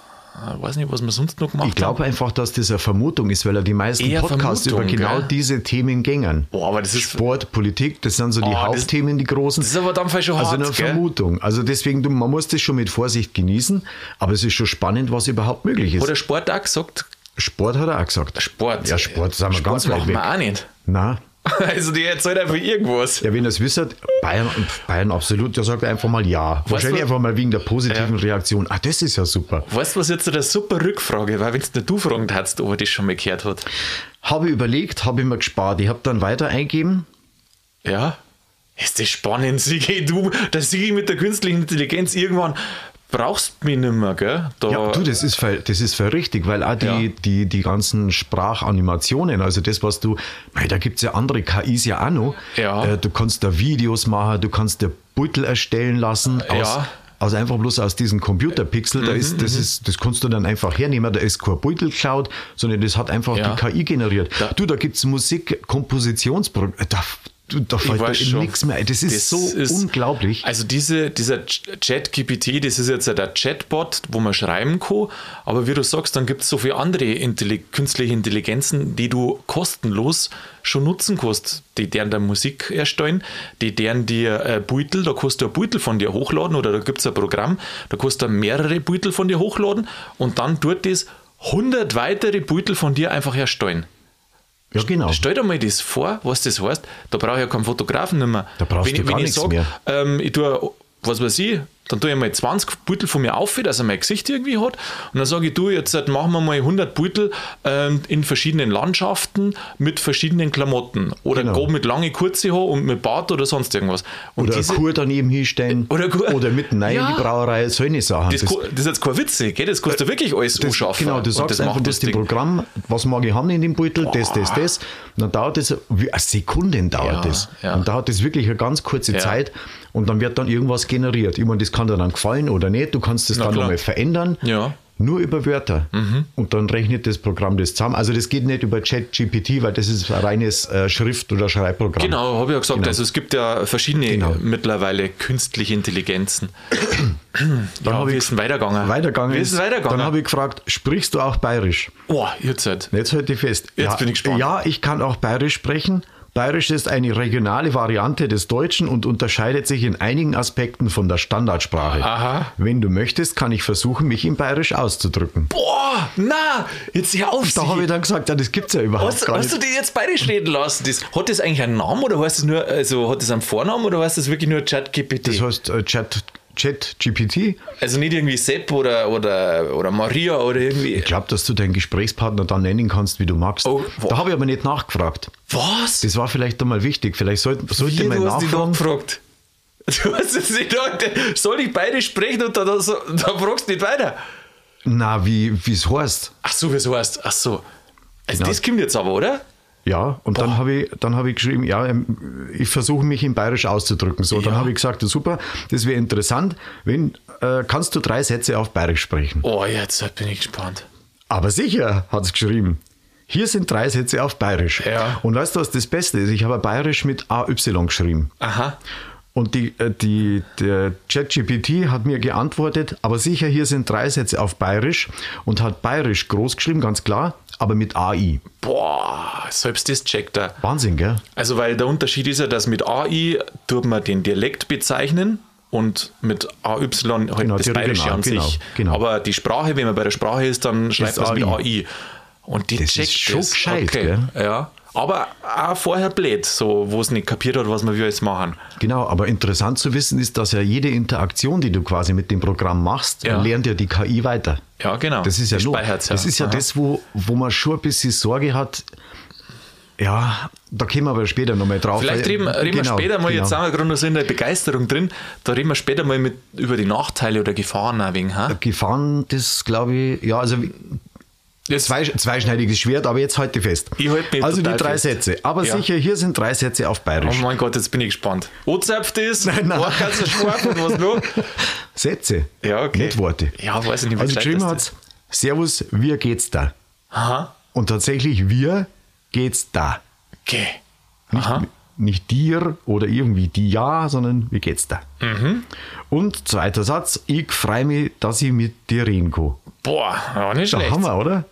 [SPEAKER 1] äh, weiß nicht, was wir sonst noch gemacht
[SPEAKER 2] Ich glaube
[SPEAKER 1] haben.
[SPEAKER 2] einfach, dass das eine Vermutung ist, weil er die meisten
[SPEAKER 1] Eher
[SPEAKER 2] Podcasts
[SPEAKER 1] Vermutung,
[SPEAKER 2] über genau
[SPEAKER 1] gell?
[SPEAKER 2] diese Themen gängern.
[SPEAKER 1] Oh, aber das ist,
[SPEAKER 2] Sport, Politik, das sind so die
[SPEAKER 1] Oh, das-
[SPEAKER 2] Hauptthemen, die großen.
[SPEAKER 1] das ist aber dann vielleicht schon
[SPEAKER 2] Also
[SPEAKER 1] hart,
[SPEAKER 2] eine
[SPEAKER 1] gell?
[SPEAKER 2] Vermutung. Also deswegen, du, man muss das schon mit Vorsicht genießen, aber es ist schon spannend, was überhaupt möglich ist.
[SPEAKER 1] Hat der Sport auch gesagt?
[SPEAKER 2] Sport hat er auch gesagt.
[SPEAKER 1] Sport.
[SPEAKER 2] Ja, Sport sind wir
[SPEAKER 1] Sport
[SPEAKER 2] ganz weit
[SPEAKER 1] machen
[SPEAKER 2] weg.
[SPEAKER 1] wir auch nicht.
[SPEAKER 2] Na,
[SPEAKER 1] Also die erzählt einfach irgendwas.
[SPEAKER 2] ja, wenn das wisset, Bayern, Bayern absolut, der sagt einfach mal ja. Wahrscheinlich
[SPEAKER 1] du-
[SPEAKER 2] einfach mal wegen der positiven Reaktion. Ah, das ist ja super.
[SPEAKER 1] Weißt du, was jetzt eine super Rückfrage war, wenn es nicht du fragen hättest, ob er das schon mal gehört hat?
[SPEAKER 2] Habe überlegt, habe ich mir gespart. Ich habe dann weiter eingeben.
[SPEAKER 1] Ja? Ist das spannend, Sigi? Du, das Sigi mit der künstlichen Intelligenz irgendwann brauchst mich nicht mehr, gell? Da,
[SPEAKER 2] Ja, du, das ist voll, das ist voll richtig, weil auch die,
[SPEAKER 1] Äh, Ja.
[SPEAKER 2] die, die ganzen Sprachanimationen, also das, was du, mei, da gibt es ja andere KIs ja auch noch.
[SPEAKER 1] Ja.
[SPEAKER 2] Äh, du kannst da Videos machen, du kannst dir Beutel erstellen lassen. Aus,
[SPEAKER 1] Ja. Mhm,
[SPEAKER 2] Also einfach bloß aus diesen Computerpixel, da ist, das ist, das kannst du dann einfach hernehmen, da ist kein Beutel geklaut, sondern das hat einfach
[SPEAKER 1] Ja.
[SPEAKER 2] die KI generiert.
[SPEAKER 1] Da-
[SPEAKER 2] du, da gibt es Musik, Kompositionsprogramm, da, du, da fällt
[SPEAKER 1] weiß
[SPEAKER 2] dir
[SPEAKER 1] schon.
[SPEAKER 2] nichts mehr ein. Das ist so unglaublich.
[SPEAKER 1] Also diese, dieser Chat-GPT, das ist jetzt ja der Chatbot, wo man schreiben kann, aber wie du sagst, dann gibt es so viele andere Intelli künstliche Intelligenzen, die du kostenlos schon nutzen kannst. Die deren der Musik erstellen, die deren dir äh, Beutel, da kannst du ein Beutel von dir hochladen oder da gibt es ein Programm, da kannst du mehrere Beutel von dir hochladen und dann tut das 100 weitere Beutel von dir einfach erstellen.
[SPEAKER 2] ja, genau.
[SPEAKER 1] Stell dir mal das vor, was das heißt. Da brauche ich ja keinen Fotografen nicht mehr.
[SPEAKER 2] Da brauchst
[SPEAKER 1] wenn,
[SPEAKER 2] du
[SPEAKER 1] ich-
[SPEAKER 2] gar
[SPEAKER 1] wenn ich
[SPEAKER 2] nichts mehr.
[SPEAKER 1] Ähm, ich tue, was weiß ich, dann tue ich mal 20 Beutel von mir auf, dass er mein Gesicht irgendwie hat. Und dann sage ich, du, jetzt äh, machen wir mal 100 Beutel ähm, in verschiedenen Landschaften mit verschiedenen Klamotten. Oder
[SPEAKER 2] Genau.
[SPEAKER 1] grob mit lange, kurze Haar und mit Bart oder sonst irgendwas. Und
[SPEAKER 2] Oder
[SPEAKER 1] diese,
[SPEAKER 2] eine Kur daneben hinstellen.
[SPEAKER 1] Oder eine Kur-
[SPEAKER 2] Oder mitten rein
[SPEAKER 1] Ja.
[SPEAKER 2] in die Brauerei, solche Sachen.
[SPEAKER 1] das, das ist jetzt kein Witz, gell? das kannst du wirklich alles
[SPEAKER 2] Äh, das-
[SPEAKER 1] anschaffen.
[SPEAKER 2] Genau, du
[SPEAKER 1] Und
[SPEAKER 2] sagst einfach, das
[SPEAKER 1] Ding. Ah.
[SPEAKER 2] dem Programm, was mag ich haben in dem Beutel, das, das, das. Und dann dauert das, wie, eine Sekunden dauert
[SPEAKER 1] Ja,
[SPEAKER 2] das.
[SPEAKER 1] ja.
[SPEAKER 2] Und dauert das wirklich eine ganz kurze Zeit und dann wird dann irgendwas generiert. Ich meine, das kann dir dann gefallen oder nicht, du kannst das dann
[SPEAKER 1] klar.
[SPEAKER 2] nochmal verändern.
[SPEAKER 1] Ja. Mhm.
[SPEAKER 2] Nur über Wörter. Und dann rechnet das Programm das zusammen. Also das geht nicht über ChatGPT, weil das ist ein reines äh, Schrift- oder Schreibprogramm.
[SPEAKER 1] Genau, habe ich ja gesagt. Also es gibt ja verschiedene
[SPEAKER 2] Genau.
[SPEAKER 1] mittlerweile künstliche Intelligenzen.
[SPEAKER 2] Dann
[SPEAKER 1] Ja,
[SPEAKER 2] habe
[SPEAKER 1] wir
[SPEAKER 2] ich
[SPEAKER 1] sind weitergegangen.
[SPEAKER 2] weitergegangen.
[SPEAKER 1] Wir sind weitergegangen.
[SPEAKER 2] Dann habe ich gefragt, sprichst du auch bayerisch?
[SPEAKER 1] oh, jetzt halt.
[SPEAKER 2] Jetzt halt die fest.
[SPEAKER 1] Jetzt
[SPEAKER 2] ja,
[SPEAKER 1] bin ich gespannt.
[SPEAKER 2] Ja, ich kann auch Bayerisch sprechen. Bayerisch ist eine regionale Variante des Deutschen und unterscheidet sich in einigen Aspekten von der Standardsprache.
[SPEAKER 1] Aha.
[SPEAKER 2] Wenn du möchtest, kann ich versuchen, mich in Bayerisch auszudrücken.
[SPEAKER 1] Boah, na, jetzt hör auf.
[SPEAKER 2] Da
[SPEAKER 1] Sigi.
[SPEAKER 2] habe ich dann gesagt, ja, das gibt's ja überhaupt
[SPEAKER 1] hast,
[SPEAKER 2] gar
[SPEAKER 1] hast du
[SPEAKER 2] nicht.
[SPEAKER 1] die jetzt beide reden lassen? Das, hat das eigentlich einen Namen oder heißt das nur, also hat das einen Vornamen oder heißt das wirklich nur ChatGPT?
[SPEAKER 2] Das heißt äh, Chat, Chat GPT.
[SPEAKER 1] also nicht irgendwie Sepp oder, oder, oder Maria oder irgendwie.
[SPEAKER 2] Ich glaube, dass du deinen Gesprächspartner dann nennen kannst, wie du magst.
[SPEAKER 1] Oh, wow.
[SPEAKER 2] da habe ich aber nicht nachgefragt.
[SPEAKER 1] Was?
[SPEAKER 2] Das war vielleicht einmal wichtig. Vielleicht sollte, sollte
[SPEAKER 1] Wie,
[SPEAKER 2] man
[SPEAKER 1] du hast dich
[SPEAKER 2] nachfragen.
[SPEAKER 1] gefragt. Du hast es nicht gefragt. Soll ich beide sprechen und da, da, so- da fragst du nicht weiter?
[SPEAKER 2] Na, wie es heißt.
[SPEAKER 1] Ach so, wie es heißt. Ach so. Also
[SPEAKER 2] Genau.
[SPEAKER 1] das kommt jetzt aber, oder?
[SPEAKER 2] Ja, und dann habe ich, dann habe ich geschrieben, ja, ähm, ich versuche mich in Bayerisch auszudrücken. So, dann
[SPEAKER 1] Ja.
[SPEAKER 2] habe ich gesagt, ja, super, das wäre interessant, wenn äh, kannst du drei Sätze auf Bayerisch sprechen.
[SPEAKER 1] Oh, jetzt bin ich gespannt.
[SPEAKER 2] Aber sicher, hat es geschrieben. Hier sind drei Sätze auf Bayerisch.
[SPEAKER 1] Ja.
[SPEAKER 2] Und weißt du, was das Beste ist? Ich habe Bayerisch mit AY geschrieben.
[SPEAKER 1] Aha.
[SPEAKER 2] Und die, äh, die, der ChatGPT hat mir geantwortet, aber sicher, hier sind drei Sätze auf Bayerisch und hat Bayerisch groß geschrieben, ganz klar, aber mit AI.
[SPEAKER 1] Boah, selbst das checkt er.
[SPEAKER 2] Wahnsinn, gell?
[SPEAKER 1] Also, weil der Unterschied ist ja, dass mit AI tut man den Dialekt bezeichnen und mit AY halt
[SPEAKER 2] Genau,
[SPEAKER 1] das
[SPEAKER 2] die
[SPEAKER 1] Bayerische
[SPEAKER 2] Regional,
[SPEAKER 1] an
[SPEAKER 2] genau,
[SPEAKER 1] sich.
[SPEAKER 2] genau.
[SPEAKER 1] Aber die Sprache, wenn man bei der Sprache ist, dann schreibt man es mit
[SPEAKER 2] AI.
[SPEAKER 1] AI. Und die
[SPEAKER 2] Das ist
[SPEAKER 1] checkt
[SPEAKER 2] schon
[SPEAKER 1] das.
[SPEAKER 2] gescheit, gell?
[SPEAKER 1] Ja. Aber auch vorher blöd, so, wo es nicht kapiert hat, was wir jetzt machen.
[SPEAKER 2] Genau, aber interessant zu wissen ist, dass ja jede Interaktion, die du quasi mit dem Programm machst,
[SPEAKER 1] Ja.
[SPEAKER 2] lernt ja die KI weiter.
[SPEAKER 1] Ja, genau.
[SPEAKER 2] Das ist ja,
[SPEAKER 1] Die
[SPEAKER 2] lo-
[SPEAKER 1] speichert's ja.
[SPEAKER 2] das, ist ja
[SPEAKER 1] Aha.
[SPEAKER 2] das wo, wo man schon ein bisschen Sorge hat. Ja, da kommen wir aber später nochmal drauf.
[SPEAKER 1] Vielleicht
[SPEAKER 2] weil-
[SPEAKER 1] reden, reden
[SPEAKER 2] genau,
[SPEAKER 1] wir später mal,
[SPEAKER 2] genau.
[SPEAKER 1] jetzt sind wir gerade noch so in der Begeisterung drin, da reden wir später mal mit, über die Nachteile oder Gefahren ein wenig. Ha?
[SPEAKER 2] Gefahren, das glaube ich, ja, also wie-
[SPEAKER 1] Jetzt,
[SPEAKER 2] zwei, zweischneidiges Schwert, aber jetzt halte ich fest.
[SPEAKER 1] Ich halte mich
[SPEAKER 2] also die
[SPEAKER 1] total
[SPEAKER 2] drei
[SPEAKER 1] fest.
[SPEAKER 2] Sätze. Aber
[SPEAKER 1] Ja.
[SPEAKER 2] sicher, hier sind drei Sätze auf
[SPEAKER 1] oh
[SPEAKER 2] Bayerisch.
[SPEAKER 1] mein Gott, jetzt bin ich gespannt. Ozepft ist,
[SPEAKER 2] Nein, nein.
[SPEAKER 1] Orkanzer Schwarz und was noch?
[SPEAKER 2] Sätze.
[SPEAKER 1] Ja, okay.
[SPEAKER 2] Nicht Worte.
[SPEAKER 1] Ja, weiß ich nicht, wie
[SPEAKER 2] Also
[SPEAKER 1] gescheit
[SPEAKER 2] geschrieben
[SPEAKER 1] das
[SPEAKER 2] hat Servus, wir geht's da?
[SPEAKER 1] Aha,
[SPEAKER 2] Und tatsächlich, wir geht's da.
[SPEAKER 1] okay. Aha.
[SPEAKER 2] Nicht dir oder irgendwie die ja, sondern wie geht's da?
[SPEAKER 1] Mhm.
[SPEAKER 2] Und zweiter Satz, ich freue mich, dass ich mit dir reden kann.
[SPEAKER 1] Boah, ja, nicht
[SPEAKER 2] Der
[SPEAKER 1] schlecht.
[SPEAKER 2] Hammer, oder?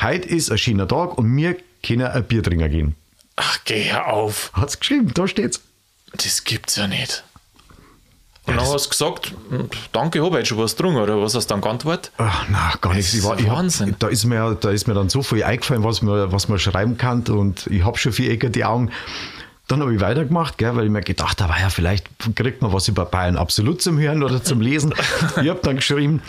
[SPEAKER 2] Heute ist ein schöner Tag und wir können ein Bier trinken gehen.
[SPEAKER 1] Ach, geh hör auf.
[SPEAKER 2] Hat's geschrieben, da steht's.
[SPEAKER 1] Das gibt's ja nicht. Und
[SPEAKER 2] Ja,
[SPEAKER 1] dann
[SPEAKER 2] das-
[SPEAKER 1] hast du gesagt, hm, danke, habe ich schon was getrunken, oder was hast du dann geantwortet?
[SPEAKER 2] Ach, na, gar nichts.
[SPEAKER 1] ist
[SPEAKER 2] Ich war,
[SPEAKER 1] ein
[SPEAKER 2] ich hab,
[SPEAKER 1] Wahnsinn.
[SPEAKER 2] da, ist mir, ja- da ist mir dann so viel eingefallen, was man, was man schreiben kann. Und ich habe schon vier Ecken die Augen. Dann habe ich weitergemacht, gell, weil ich mir gedacht habe, ja, vielleicht kriegt man was über Bayern absolut zum Hören oder zum Lesen. ich habe dann geschrieben,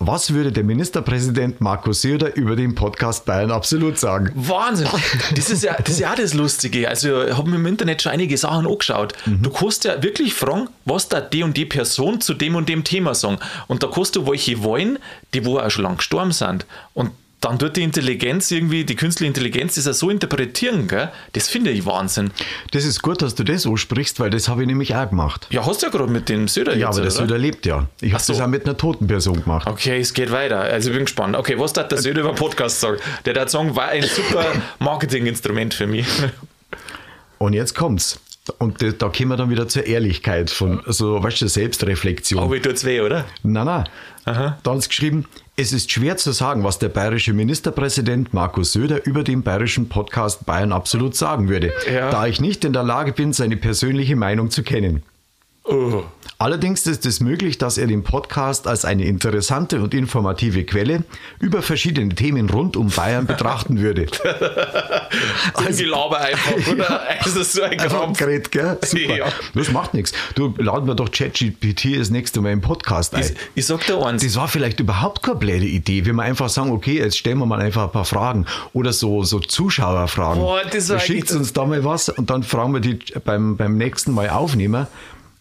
[SPEAKER 2] was würde der Ministerpräsident Markus Söder über den Podcast Bayern absolut sagen?
[SPEAKER 1] Wahnsinn! Das ist, ja, das ist ja auch das Lustige. Also, ich habe mir im Internet schon einige Sachen angeschaut.
[SPEAKER 2] Mhm.
[SPEAKER 1] Du kannst ja wirklich fragen, was da die und die Person zu dem und dem Thema sagen. Und da kannst du welche wollen, die wo auch schon lang gestorben sind. Und dann tut die Intelligenz irgendwie, die künstliche Intelligenz das ja so interpretieren, gell? Das finde ich Wahnsinn.
[SPEAKER 2] Das ist gut, dass du das ansprichst, weil das habe ich nämlich auch gemacht.
[SPEAKER 1] Ja, hast du ja gerade mit dem Söder
[SPEAKER 2] Ja,
[SPEAKER 1] jetzt,
[SPEAKER 2] aber der
[SPEAKER 1] oder?
[SPEAKER 2] Söder lebt ja. Ich habe
[SPEAKER 1] so.
[SPEAKER 2] das auch mit einer toten Person gemacht.
[SPEAKER 1] Okay, es geht weiter. Also ich bin gespannt. Okay, was hat der Söder über den Podcast sagen? Der der Song war ein super Marketinginstrument für mich.
[SPEAKER 2] Und jetzt kommt's. Und da, da kommen wir dann wieder zur Ehrlichkeit von, so, weißt du, Selbstreflexion.
[SPEAKER 1] Aber ich tut's weh, oder?
[SPEAKER 2] Nein, nein. Dann ist geschrieben, es ist schwer zu sagen, was der bayerische Ministerpräsident Markus Söder über den bayerischen Podcast Bayern absolut sagen würde,
[SPEAKER 1] Ja.
[SPEAKER 2] da ich nicht in der Lage bin, seine persönliche Meinung zu kennen.
[SPEAKER 1] Oh.
[SPEAKER 2] Allerdings ist es möglich, dass er den Podcast als eine interessante und informative Quelle über verschiedene Themen rund um Bayern betrachten würde.
[SPEAKER 1] Also, Gelaber einfach, oder? Also so ein
[SPEAKER 2] Einfach
[SPEAKER 1] Krampf.
[SPEAKER 2] geredet, gell? Super.
[SPEAKER 1] Ja.
[SPEAKER 2] Das macht nichts. Du laden wir doch ChatGPT das nächste Mal im Podcast ein.
[SPEAKER 1] Ich, ich sag dir eins,
[SPEAKER 2] Das war vielleicht überhaupt keine blöde Idee, wenn wir einfach sagen, okay, jetzt stellen wir mal einfach ein paar Fragen oder so, so Zuschauerfragen.
[SPEAKER 1] Boah, das war
[SPEAKER 2] Schickt
[SPEAKER 1] eigentlich-
[SPEAKER 2] uns da mal was und dann fragen wir die beim, beim nächsten Mal Aufnehmer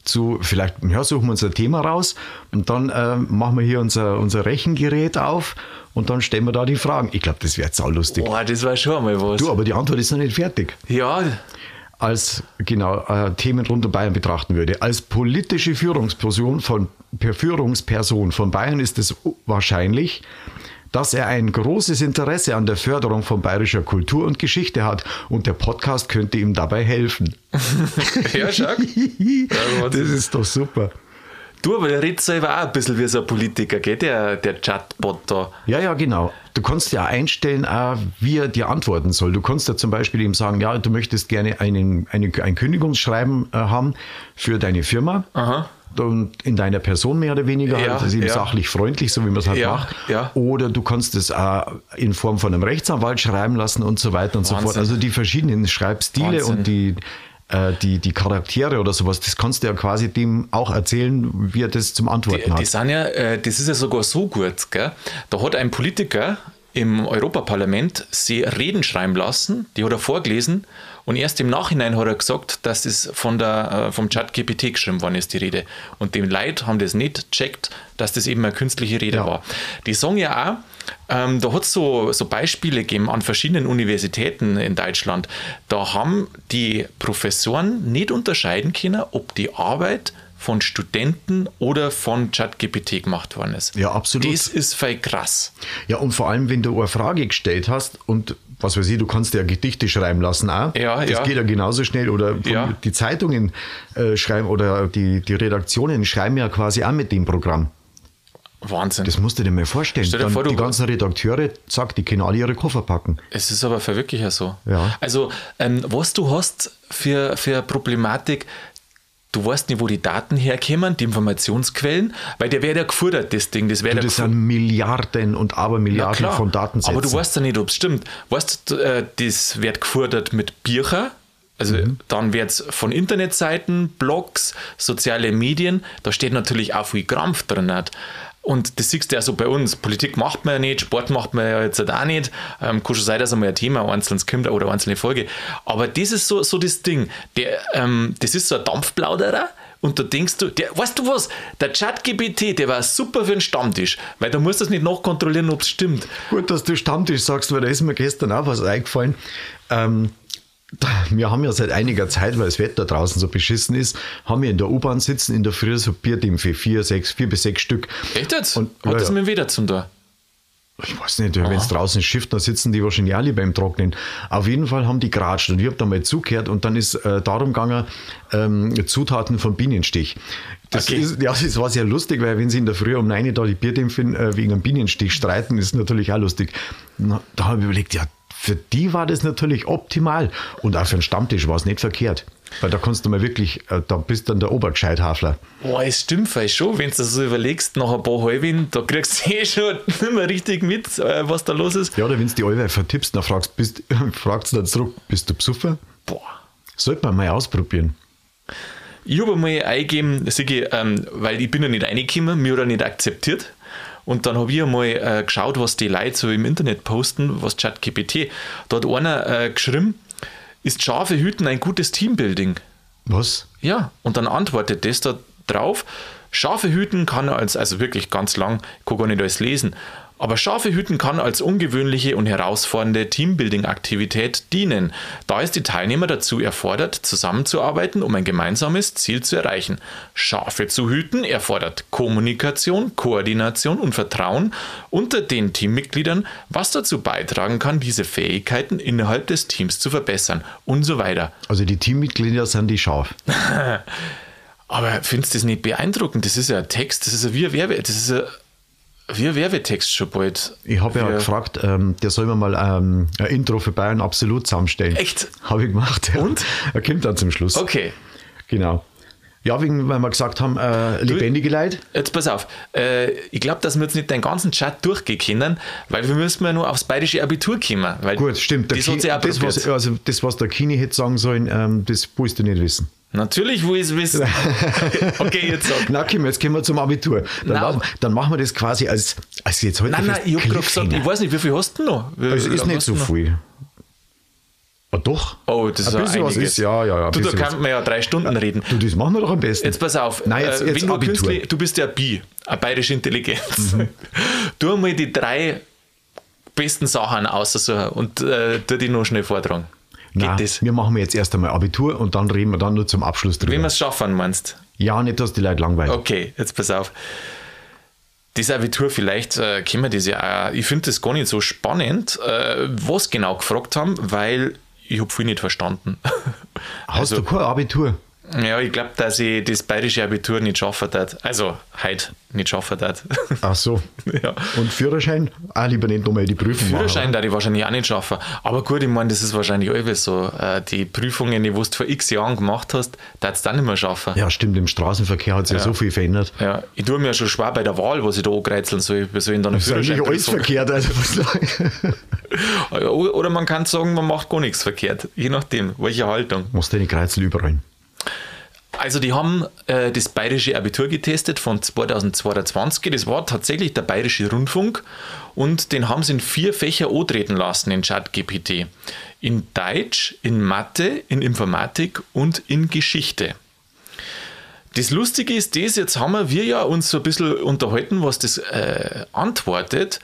[SPEAKER 2] zu, vielleicht ja, suchen wir uns ein Thema raus und dann äh, machen wir hier unser, unser Rechengerät auf und dann stellen wir da die Fragen. Ich glaube, das wäre saulustig.
[SPEAKER 1] boah, das war schon mal was.
[SPEAKER 2] Du, aber die Antwort ist noch nicht fertig
[SPEAKER 1] Ja,
[SPEAKER 2] als genau äh, Themen rund um Bayern betrachten würde. Als politische Führungsperson von, per Führungsperson von Bayern ist es wahrscheinlich, dass er ein großes Interesse an der Förderung von bayerischer Kultur und Geschichte hat und der Podcast könnte ihm dabei helfen.
[SPEAKER 1] ja, schau.
[SPEAKER 2] das ist doch super.
[SPEAKER 1] Du, aber der redet selber auch ein bisschen wie so ein Politiker, gell? Der, der Chatbot da.
[SPEAKER 2] Ja, ja, genau. Du kannst ja einstellen, äh, wie er dir antworten soll. Du kannst ja zum Beispiel ihm sagen, ja, du möchtest gerne einen, einen, ein Kündigungsschreiben äh, haben für deine Firma.
[SPEAKER 1] Aha.
[SPEAKER 2] Und in deiner Person mehr oder weniger,
[SPEAKER 1] Ja,
[SPEAKER 2] halt, das ist eben
[SPEAKER 1] ja.
[SPEAKER 2] sachlich freundlich, so wie man es halt
[SPEAKER 1] Ja,
[SPEAKER 2] macht.
[SPEAKER 1] ja.
[SPEAKER 2] Oder du kannst es auch in Form von einem Rechtsanwalt schreiben lassen und so weiter und so fort.
[SPEAKER 1] Wahnsinn.
[SPEAKER 2] Also die verschiedenen Schreibstile
[SPEAKER 1] Wahnsinn.
[SPEAKER 2] und die, äh, die, die Charaktere oder sowas, das kannst du ja quasi dem auch erzählen, wie er das zum Antworten
[SPEAKER 1] Die, die
[SPEAKER 2] hat.
[SPEAKER 1] sind ja, äh, das ist ja sogar so gut, gell? Da hat ein Politiker im Europaparlament sie Reden schreiben lassen, die hat er vorgelesen und erst im Nachhinein hat er gesagt, dass das von der, äh, vom ChatGPT geschrieben worden ist, die Rede. Und dem Leid haben das nicht checkt, dass das eben eine künstliche Rede
[SPEAKER 2] Ja.
[SPEAKER 1] war. Die sagen ja auch, ähm, da hat es so, so Beispiele gegeben an verschiedenen Universitäten in Deutschland. Da haben die Professoren nicht unterscheiden können, ob die Arbeit von Studenten oder von ChatGPT gemacht worden ist.
[SPEAKER 2] Ja, absolut.
[SPEAKER 1] Das ist voll krass.
[SPEAKER 2] Ja, und vor allem, wenn du eine Frage gestellt hast und was weiß ich, du kannst ja Gedichte schreiben lassen auch.
[SPEAKER 1] Ja,
[SPEAKER 2] das
[SPEAKER 1] ja.
[SPEAKER 2] geht ja genauso schnell. Oder von-
[SPEAKER 1] Ja.
[SPEAKER 2] die Zeitungen äh, schreiben oder die, die Redaktionen schreiben ja quasi auch mit dem Programm.
[SPEAKER 1] Wahnsinn.
[SPEAKER 2] Das musst du dir mal vorstellen.
[SPEAKER 1] Stell dir
[SPEAKER 2] Dann
[SPEAKER 1] vor, du-
[SPEAKER 2] die ganzen Redakteure, zack, die können alle ihre Koffer packen.
[SPEAKER 1] Es ist aber für wirklich ja so.
[SPEAKER 2] Ja.
[SPEAKER 1] Also, ähm, was du hast für, für eine Problematik, du weißt nicht, wo die Daten herkommen, die Informationsquellen, weil der wäre ja gefordert, das Ding. Das wäre ja
[SPEAKER 2] Das sind Milliarden und
[SPEAKER 1] Ja,
[SPEAKER 2] Abermilliarden
[SPEAKER 1] klar.
[SPEAKER 2] von Datensätzen.
[SPEAKER 1] Aber du weißt ja nicht, ob es stimmt. Weißt du, äh, das wird gefordert mit Bücher, also dann wird es von Internetseiten, Blogs, soziale Medien, da steht natürlich auch viel Krampf drin. Nicht. Und das siehst du ja so bei uns. Politik macht man ja nicht, Sport macht man ja jetzt halt auch nicht. Ähm, kann schon sein, dass einmal ein Thema einzelnes kommt oder eine einzelne Folge. Aber das ist so, so das Ding. Der, ähm, das ist so ein Dampfplauderer. Und da denkst du, der, weißt du was, der ChatGPT, der war super für den Stammtisch, weil da musst du es nicht nachkontrollieren, ob es stimmt.
[SPEAKER 2] Gut, dass du Stammtisch sagst, weil da ist mir gestern auch was eingefallen. Ähm, da- wir haben ja seit einiger Zeit, weil das Wetter draußen so beschissen ist, haben wir in der U-Bahn sitzen, in der Früh so Bierdämpfe, vier, sechs, vier bis sechs Stück.
[SPEAKER 1] Echt jetzt?
[SPEAKER 2] Und,
[SPEAKER 1] Hat
[SPEAKER 2] ja,
[SPEAKER 1] das
[SPEAKER 2] ja.
[SPEAKER 1] mit dem Wetter zum da?
[SPEAKER 2] Ich weiß nicht, wenn es draußen schifft, dann sitzen die wahrscheinlich alle beim Trocknen. Auf jeden Fall haben die geratscht und ich habe da mal zugehört und dann ist äh, darum gegangen, ähm, Zutaten vom Bienenstich. Das,
[SPEAKER 1] Okay.
[SPEAKER 2] ist, ja, das war sehr lustig, weil wenn sie in der Früh um 9 Uhr da die Bierdämpfe äh, wegen einem Bienenstich streiten, ist natürlich auch lustig. Na, da habe ich überlegt, ja, für die war das natürlich optimal und auch für den Stammtisch war es nicht verkehrt. Weil da kannst du mal wirklich, äh, da bist dann der Obergescheithafler.
[SPEAKER 1] Boah, es stimmt vielleicht schon, wenn du das so überlegst, nach ein paar Halben, da kriegst du eh schon nicht mehr richtig mit, äh, was da los ist.
[SPEAKER 2] Ja, oder wenn du die Allweil vertippst, dann fragst bist, fragst du dann zurück, bist du Psuffer?
[SPEAKER 1] Boah.
[SPEAKER 2] Sollte man mal ausprobieren.
[SPEAKER 1] Ich habe mal eingegeben, Sigi, ähm, weil ich bin ja nicht reingekommen, mir hat er nicht akzeptiert. Und dann habe ich einmal äh, geschaut, was die Leute so im Internet posten, was ChatGPT. Da hat einer äh, geschrieben, ist scharfe Hüten ein gutes Teambuilding?
[SPEAKER 2] Was?
[SPEAKER 1] Ja, und dann antwortet das da drauf. Schafe hüten kann als, also wirklich ganz lang, ich kann gar nicht alles lesen, aber Schafe hüten kann als ungewöhnliche und herausfordernde Teambuilding-Aktivität dienen. Da ist die Teilnehmer dazu erfordert, zusammenzuarbeiten, um ein gemeinsames Ziel zu erreichen. Schafe zu hüten erfordert Kommunikation, Koordination und Vertrauen unter den Teammitgliedern, was dazu beitragen kann, diese Fähigkeiten innerhalb des Teams zu verbessern und so weiter.
[SPEAKER 2] Also die Teammitglieder sind die Schaf.
[SPEAKER 1] Aber findest du das nicht beeindruckend? Das ist ja ein Text, das ist ja wie ein Werbe, das ist ja wie ein Werbetext schon bald.
[SPEAKER 2] Ich habe ja,
[SPEAKER 1] Wie ein-
[SPEAKER 2] gefragt, ähm, der soll mir mal ähm, ein Intro für Bayern absolut zusammenstellen.
[SPEAKER 1] Echt?
[SPEAKER 2] Habe ich gemacht. Ja.
[SPEAKER 1] Und?
[SPEAKER 2] Er kommt dann zum Schluss.
[SPEAKER 1] Okay,
[SPEAKER 2] Genau. Ja, wegen, weil wir gesagt haben, äh, lebendige Leid.
[SPEAKER 1] jetzt pass auf. Äh, ich glaube, dass wir jetzt nicht den ganzen Chat durchgehen können, weil wir müssen ja nur aufs bayerische Abitur kommen. Weil
[SPEAKER 2] Gut, stimmt. Der
[SPEAKER 1] Das hat
[SPEAKER 2] Ki-
[SPEAKER 1] sie auch
[SPEAKER 2] das, was,
[SPEAKER 1] probiert.
[SPEAKER 2] also das, was der Kini hätte sagen sollen, ähm, das willst du nicht wissen.
[SPEAKER 1] Natürlich, wo ich es wissen. okay, jetzt sag.
[SPEAKER 2] Na, Kim, jetzt gehen wir zum Abitur. Dann,
[SPEAKER 1] Nein.
[SPEAKER 2] lassen- dann machen wir das quasi als, als jetzt heute
[SPEAKER 1] Nein, nein,
[SPEAKER 2] fest
[SPEAKER 1] ich habe gerade
[SPEAKER 2] Cliffhanger.
[SPEAKER 1] gesagt, ich weiß nicht, wie viel hast du noch? Wie,
[SPEAKER 2] Es Also ist
[SPEAKER 1] was
[SPEAKER 2] nicht
[SPEAKER 1] hast
[SPEAKER 2] so
[SPEAKER 1] du noch?
[SPEAKER 2] viel. Ah, doch.
[SPEAKER 1] Oh, das ist
[SPEAKER 2] ein bisschen was
[SPEAKER 1] einiges.
[SPEAKER 2] ist, ja, ja, ja. ein
[SPEAKER 1] Du, da
[SPEAKER 2] bisschen was.
[SPEAKER 1] kann man ja drei Stunden reden.
[SPEAKER 2] Du, das machen wir doch am besten.
[SPEAKER 1] Jetzt pass auf.
[SPEAKER 2] Nein, jetzt,
[SPEAKER 1] äh,
[SPEAKER 2] jetzt
[SPEAKER 1] wenn du,
[SPEAKER 2] Abitur. Mhm.
[SPEAKER 1] Künstler, du bist ja Bi, eine bayerische Intelligenz. tu mal die drei besten Sachen aussuchen und äh, tu die noch schnell vortragen. Geht
[SPEAKER 2] Nein,
[SPEAKER 1] das?
[SPEAKER 2] wir machen jetzt erst einmal Abitur und dann reden wir dann nur zum Abschluss
[SPEAKER 1] Wenn wir
[SPEAKER 2] drüber.
[SPEAKER 1] es schaffen, meinst
[SPEAKER 2] Ja, nicht, dass die Leute langweilen.
[SPEAKER 1] Okay, jetzt pass auf. Das Abitur, vielleicht äh, können wir das ja auch. Ich finde das gar nicht so spannend, äh, was genau gefragt haben, weil ich habe viel nicht verstanden. Also,
[SPEAKER 2] Hast du kein Abitur?
[SPEAKER 1] Ja, ich glaube, dass ich das bayerische Abitur nicht schaffen tat. Also, heute nicht schaffen tat.
[SPEAKER 2] Ach so.
[SPEAKER 1] ja.
[SPEAKER 2] Und Führerschein? Ah, lieber nicht nochmal die Prüfung
[SPEAKER 1] Führerschein
[SPEAKER 2] machen.
[SPEAKER 1] da die wahrscheinlich auch nicht schaffen. Aber gut, ich meine, das ist wahrscheinlich alles so. Äh, Die Prüfungen, die du vor x Jahren gemacht hast, darfst du dann nicht mehr schaffen.
[SPEAKER 2] Ja, stimmt, im Straßenverkehr hat sich ja. so viel verändert.
[SPEAKER 1] Ja. ich tue mir ja schon schwer bei der Wahl, was ich da angreizeln soll. Wir sollen dann einen
[SPEAKER 2] Das ist
[SPEAKER 1] Führerschein
[SPEAKER 2] eigentlich alles
[SPEAKER 1] prüfen.
[SPEAKER 2] verkehrt. Also was
[SPEAKER 1] Oder man kann sagen, man macht gar nichts verkehrt. Je nachdem, welche Haltung.
[SPEAKER 2] Musst deine Kreuzel überrollen.
[SPEAKER 1] Also die haben äh, das bayerische Abitur getestet von 2022. Das war tatsächlich der bayerische Rundfunk und den haben sie in vier Fächer antreten lassen in ChatGPT. In Deutsch, in Mathe, in Informatik und in Geschichte. Das Lustige ist das, jetzt haben wir ja uns so ein bisschen unterhalten, was das äh, antwortet,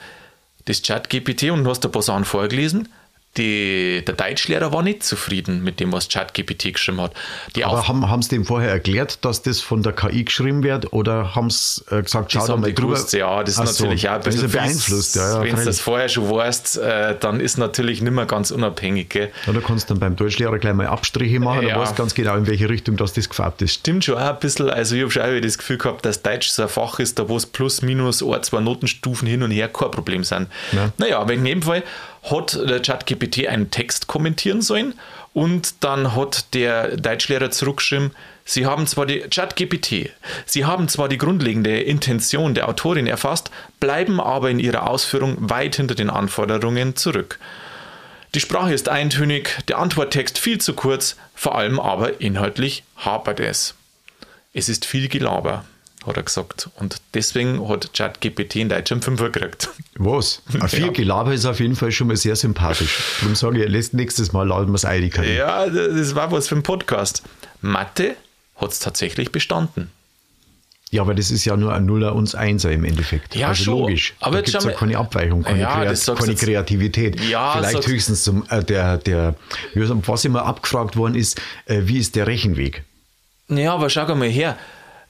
[SPEAKER 1] das ChatGPT und du hast ein paar Sachen vorgelesen. die, der Deutschlehrer war nicht zufrieden mit dem, was ChatGPT geschrieben hat. Die
[SPEAKER 2] Aber
[SPEAKER 1] Auf-
[SPEAKER 2] haben, haben sie dem vorher erklärt, dass das von der KI geschrieben wird oder haben sie äh, gesagt, schau
[SPEAKER 1] Das
[SPEAKER 2] da
[SPEAKER 1] haben
[SPEAKER 2] mal
[SPEAKER 1] die
[SPEAKER 2] drüber?
[SPEAKER 1] gewusst, ja, das ist
[SPEAKER 2] Ach so,
[SPEAKER 1] natürlich auch ein
[SPEAKER 2] dann ist er
[SPEAKER 1] bisschen
[SPEAKER 2] beeinflusst. Ja,
[SPEAKER 1] Wenn
[SPEAKER 2] ja,
[SPEAKER 1] du das
[SPEAKER 2] freilich.
[SPEAKER 1] vorher schon weißt, äh, dann ist natürlich nicht mehr ganz unabhängig. Gell?
[SPEAKER 2] ja, da kannst du dann beim Deutschlehrer gleich mal Abstriche machen,
[SPEAKER 1] Ja.
[SPEAKER 2] dann weißt du ganz genau, in welche Richtung das, das gefärbt ist.
[SPEAKER 1] Stimmt schon auch ein bisschen. Also, ich habe schon auch wieder das Gefühl gehabt, dass Deutsch so ein Fach ist, da wo es plus, minus, ein, zwei Notenstufen hin und her kein Problem sind.
[SPEAKER 2] Ja.
[SPEAKER 1] Naja, aber in jedem Fall hat der ChatGPT einen Text kommentieren sollen und dann hat der Deutschlehrer zurückgeschrieben, Sie haben zwar die ChatGPT, Sie haben zwar die grundlegende Intention der Autorin erfasst, bleiben aber in ihrer Ausführung weit hinter den Anforderungen zurück. Die Sprache ist eintönig, der Antworttext viel zu kurz, vor allem aber inhaltlich hapert es. Es ist viel Gelaber, hat er gesagt. Und deswegen hat ChatGPT in Deutschland 5 gekriegt.
[SPEAKER 2] Was? Ein viel Gelaber ist auf jeden Fall schon mal sehr sympathisch. Darum sage ich, lässt nächstes Mal laden wir es ein. die KI.
[SPEAKER 1] Ja, das war was für ein Podcast. Mathe hat es tatsächlich bestanden.
[SPEAKER 2] Ja, aber das ist ja nur ein Nuller und ein Einser im Endeffekt.
[SPEAKER 1] Ja,
[SPEAKER 2] also
[SPEAKER 1] schon.
[SPEAKER 2] logisch.
[SPEAKER 1] Aber
[SPEAKER 2] da
[SPEAKER 1] jetzt
[SPEAKER 2] gibt es
[SPEAKER 1] schau
[SPEAKER 2] ja
[SPEAKER 1] mal-
[SPEAKER 2] keine Abweichung, keine,
[SPEAKER 1] Ja,
[SPEAKER 2] Kreat
[SPEAKER 1] das sagst
[SPEAKER 2] keine
[SPEAKER 1] jetzt-
[SPEAKER 2] Kreativität.
[SPEAKER 1] Ja,
[SPEAKER 2] Vielleicht
[SPEAKER 1] sagst-
[SPEAKER 2] höchstens zum, äh, der, der, wie gesagt, was immer abgefragt worden ist, äh, wie ist der Rechenweg?
[SPEAKER 1] Ja, aber schau mal her.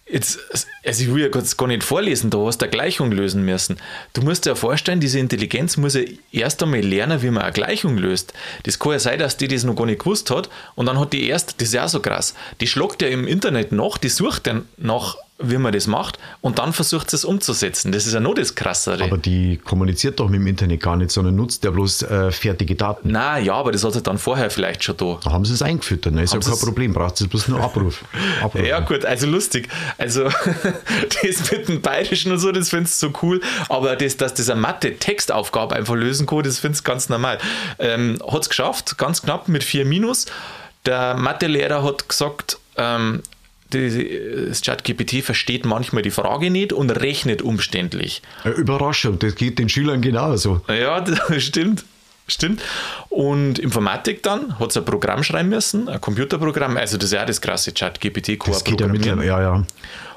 [SPEAKER 1] Jetzt, also ich will ja kurz gar nicht vorlesen, du hast eine Gleichung lösen müssen. Du musst dir ja vorstellen, diese Intelligenz muss ja erst einmal lernen, wie man eine Gleichung löst. Das kann ja sein, dass die das noch gar nicht gewusst hat und dann hat die erst, das ist ja auch so krass, die schlägt ja im Internet nach, die sucht dann nach, wie man das macht und dann versucht sie es umzusetzen. Das ist ja noch das Krassere.
[SPEAKER 2] Aber die kommuniziert doch mit dem Internet gar nicht, sondern nutzt ja bloß äh, fertige Daten.
[SPEAKER 1] Na ja, aber das hat sie dann vorher vielleicht schon da.
[SPEAKER 2] Da haben sie es eingeführt, dann ist ja
[SPEAKER 1] Haben
[SPEAKER 2] kein
[SPEAKER 1] sie's-
[SPEAKER 2] Problem, braucht es bloß nur Abruf. Abruf.
[SPEAKER 1] Ja, gut, also lustig. Also, das mit dem Bayerischen und so, das findest du so cool. Aber das, dass das eine Mathe-Textaufgabe einfach lösen kann, das findest du ganz normal. Ähm, hat es geschafft, ganz knapp mit 4 Minus. Der Mathelehrer hat gesagt, ähm, die- das ChatGPT versteht manchmal die Frage nicht und rechnet umständlich.
[SPEAKER 2] Äh, Überraschung, das geht den Schülern genauso.
[SPEAKER 1] Ja, das stimmt. Stimmt. Und Informatik dann hat es ein Programm schreiben müssen, ein Computerprogramm. Also, das ist ja das krasse ChatGPT. kann
[SPEAKER 2] Das
[SPEAKER 1] ein
[SPEAKER 2] geht ja
[SPEAKER 1] Programmieren
[SPEAKER 2] mittlerweile, ja, ja.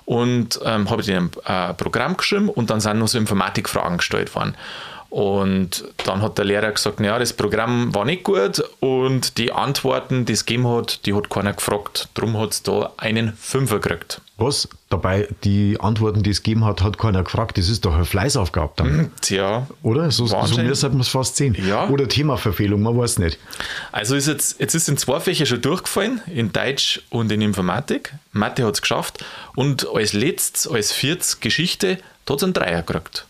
[SPEAKER 1] und ähm, habe ich in ein äh, Programm geschrieben und dann sind noch so Informatikfragen gestellt worden. Und dann hat der Lehrer gesagt, naja, das Programm war nicht gut und die Antworten, die es gegeben hat, die hat keiner gefragt. Drum hat es da einen Fünfer gekriegt.
[SPEAKER 2] Was? Dabei, die Antworten, die es gegeben hat, hat keiner gefragt. Das ist doch eine Fleißaufgabe dann.
[SPEAKER 1] Tja,
[SPEAKER 2] Oder? So, so
[SPEAKER 1] Wahnsinn.
[SPEAKER 2] mir sollte man es fast sehen.
[SPEAKER 1] Ja.
[SPEAKER 2] Oder Themaverfehlung, man weiß nicht.
[SPEAKER 1] Also ist jetzt, jetzt ist in zwei Fächer schon durchgefallen, in Deutsch und in Informatik. Mathe hat es geschafft und als letztes, als viertes Geschichte, da hat es einen Dreier gekriegt.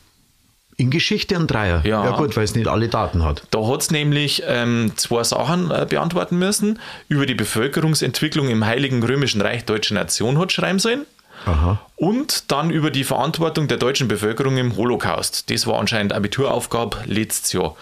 [SPEAKER 2] In Geschichte ein Dreier.
[SPEAKER 1] Ja.
[SPEAKER 2] gut, weil es nicht alle Daten hat.
[SPEAKER 1] Da hat es nämlich ähm, zwei Sachen äh, beantworten müssen. Über die Bevölkerungsentwicklung im Heiligen Römischen Reich Deutscher Nation hat schreiben sollen.
[SPEAKER 2] Aha.
[SPEAKER 1] Und dann über die Verantwortung der deutschen Bevölkerung im Holocaust. Das war anscheinend Abituraufgabe letztes Jahr.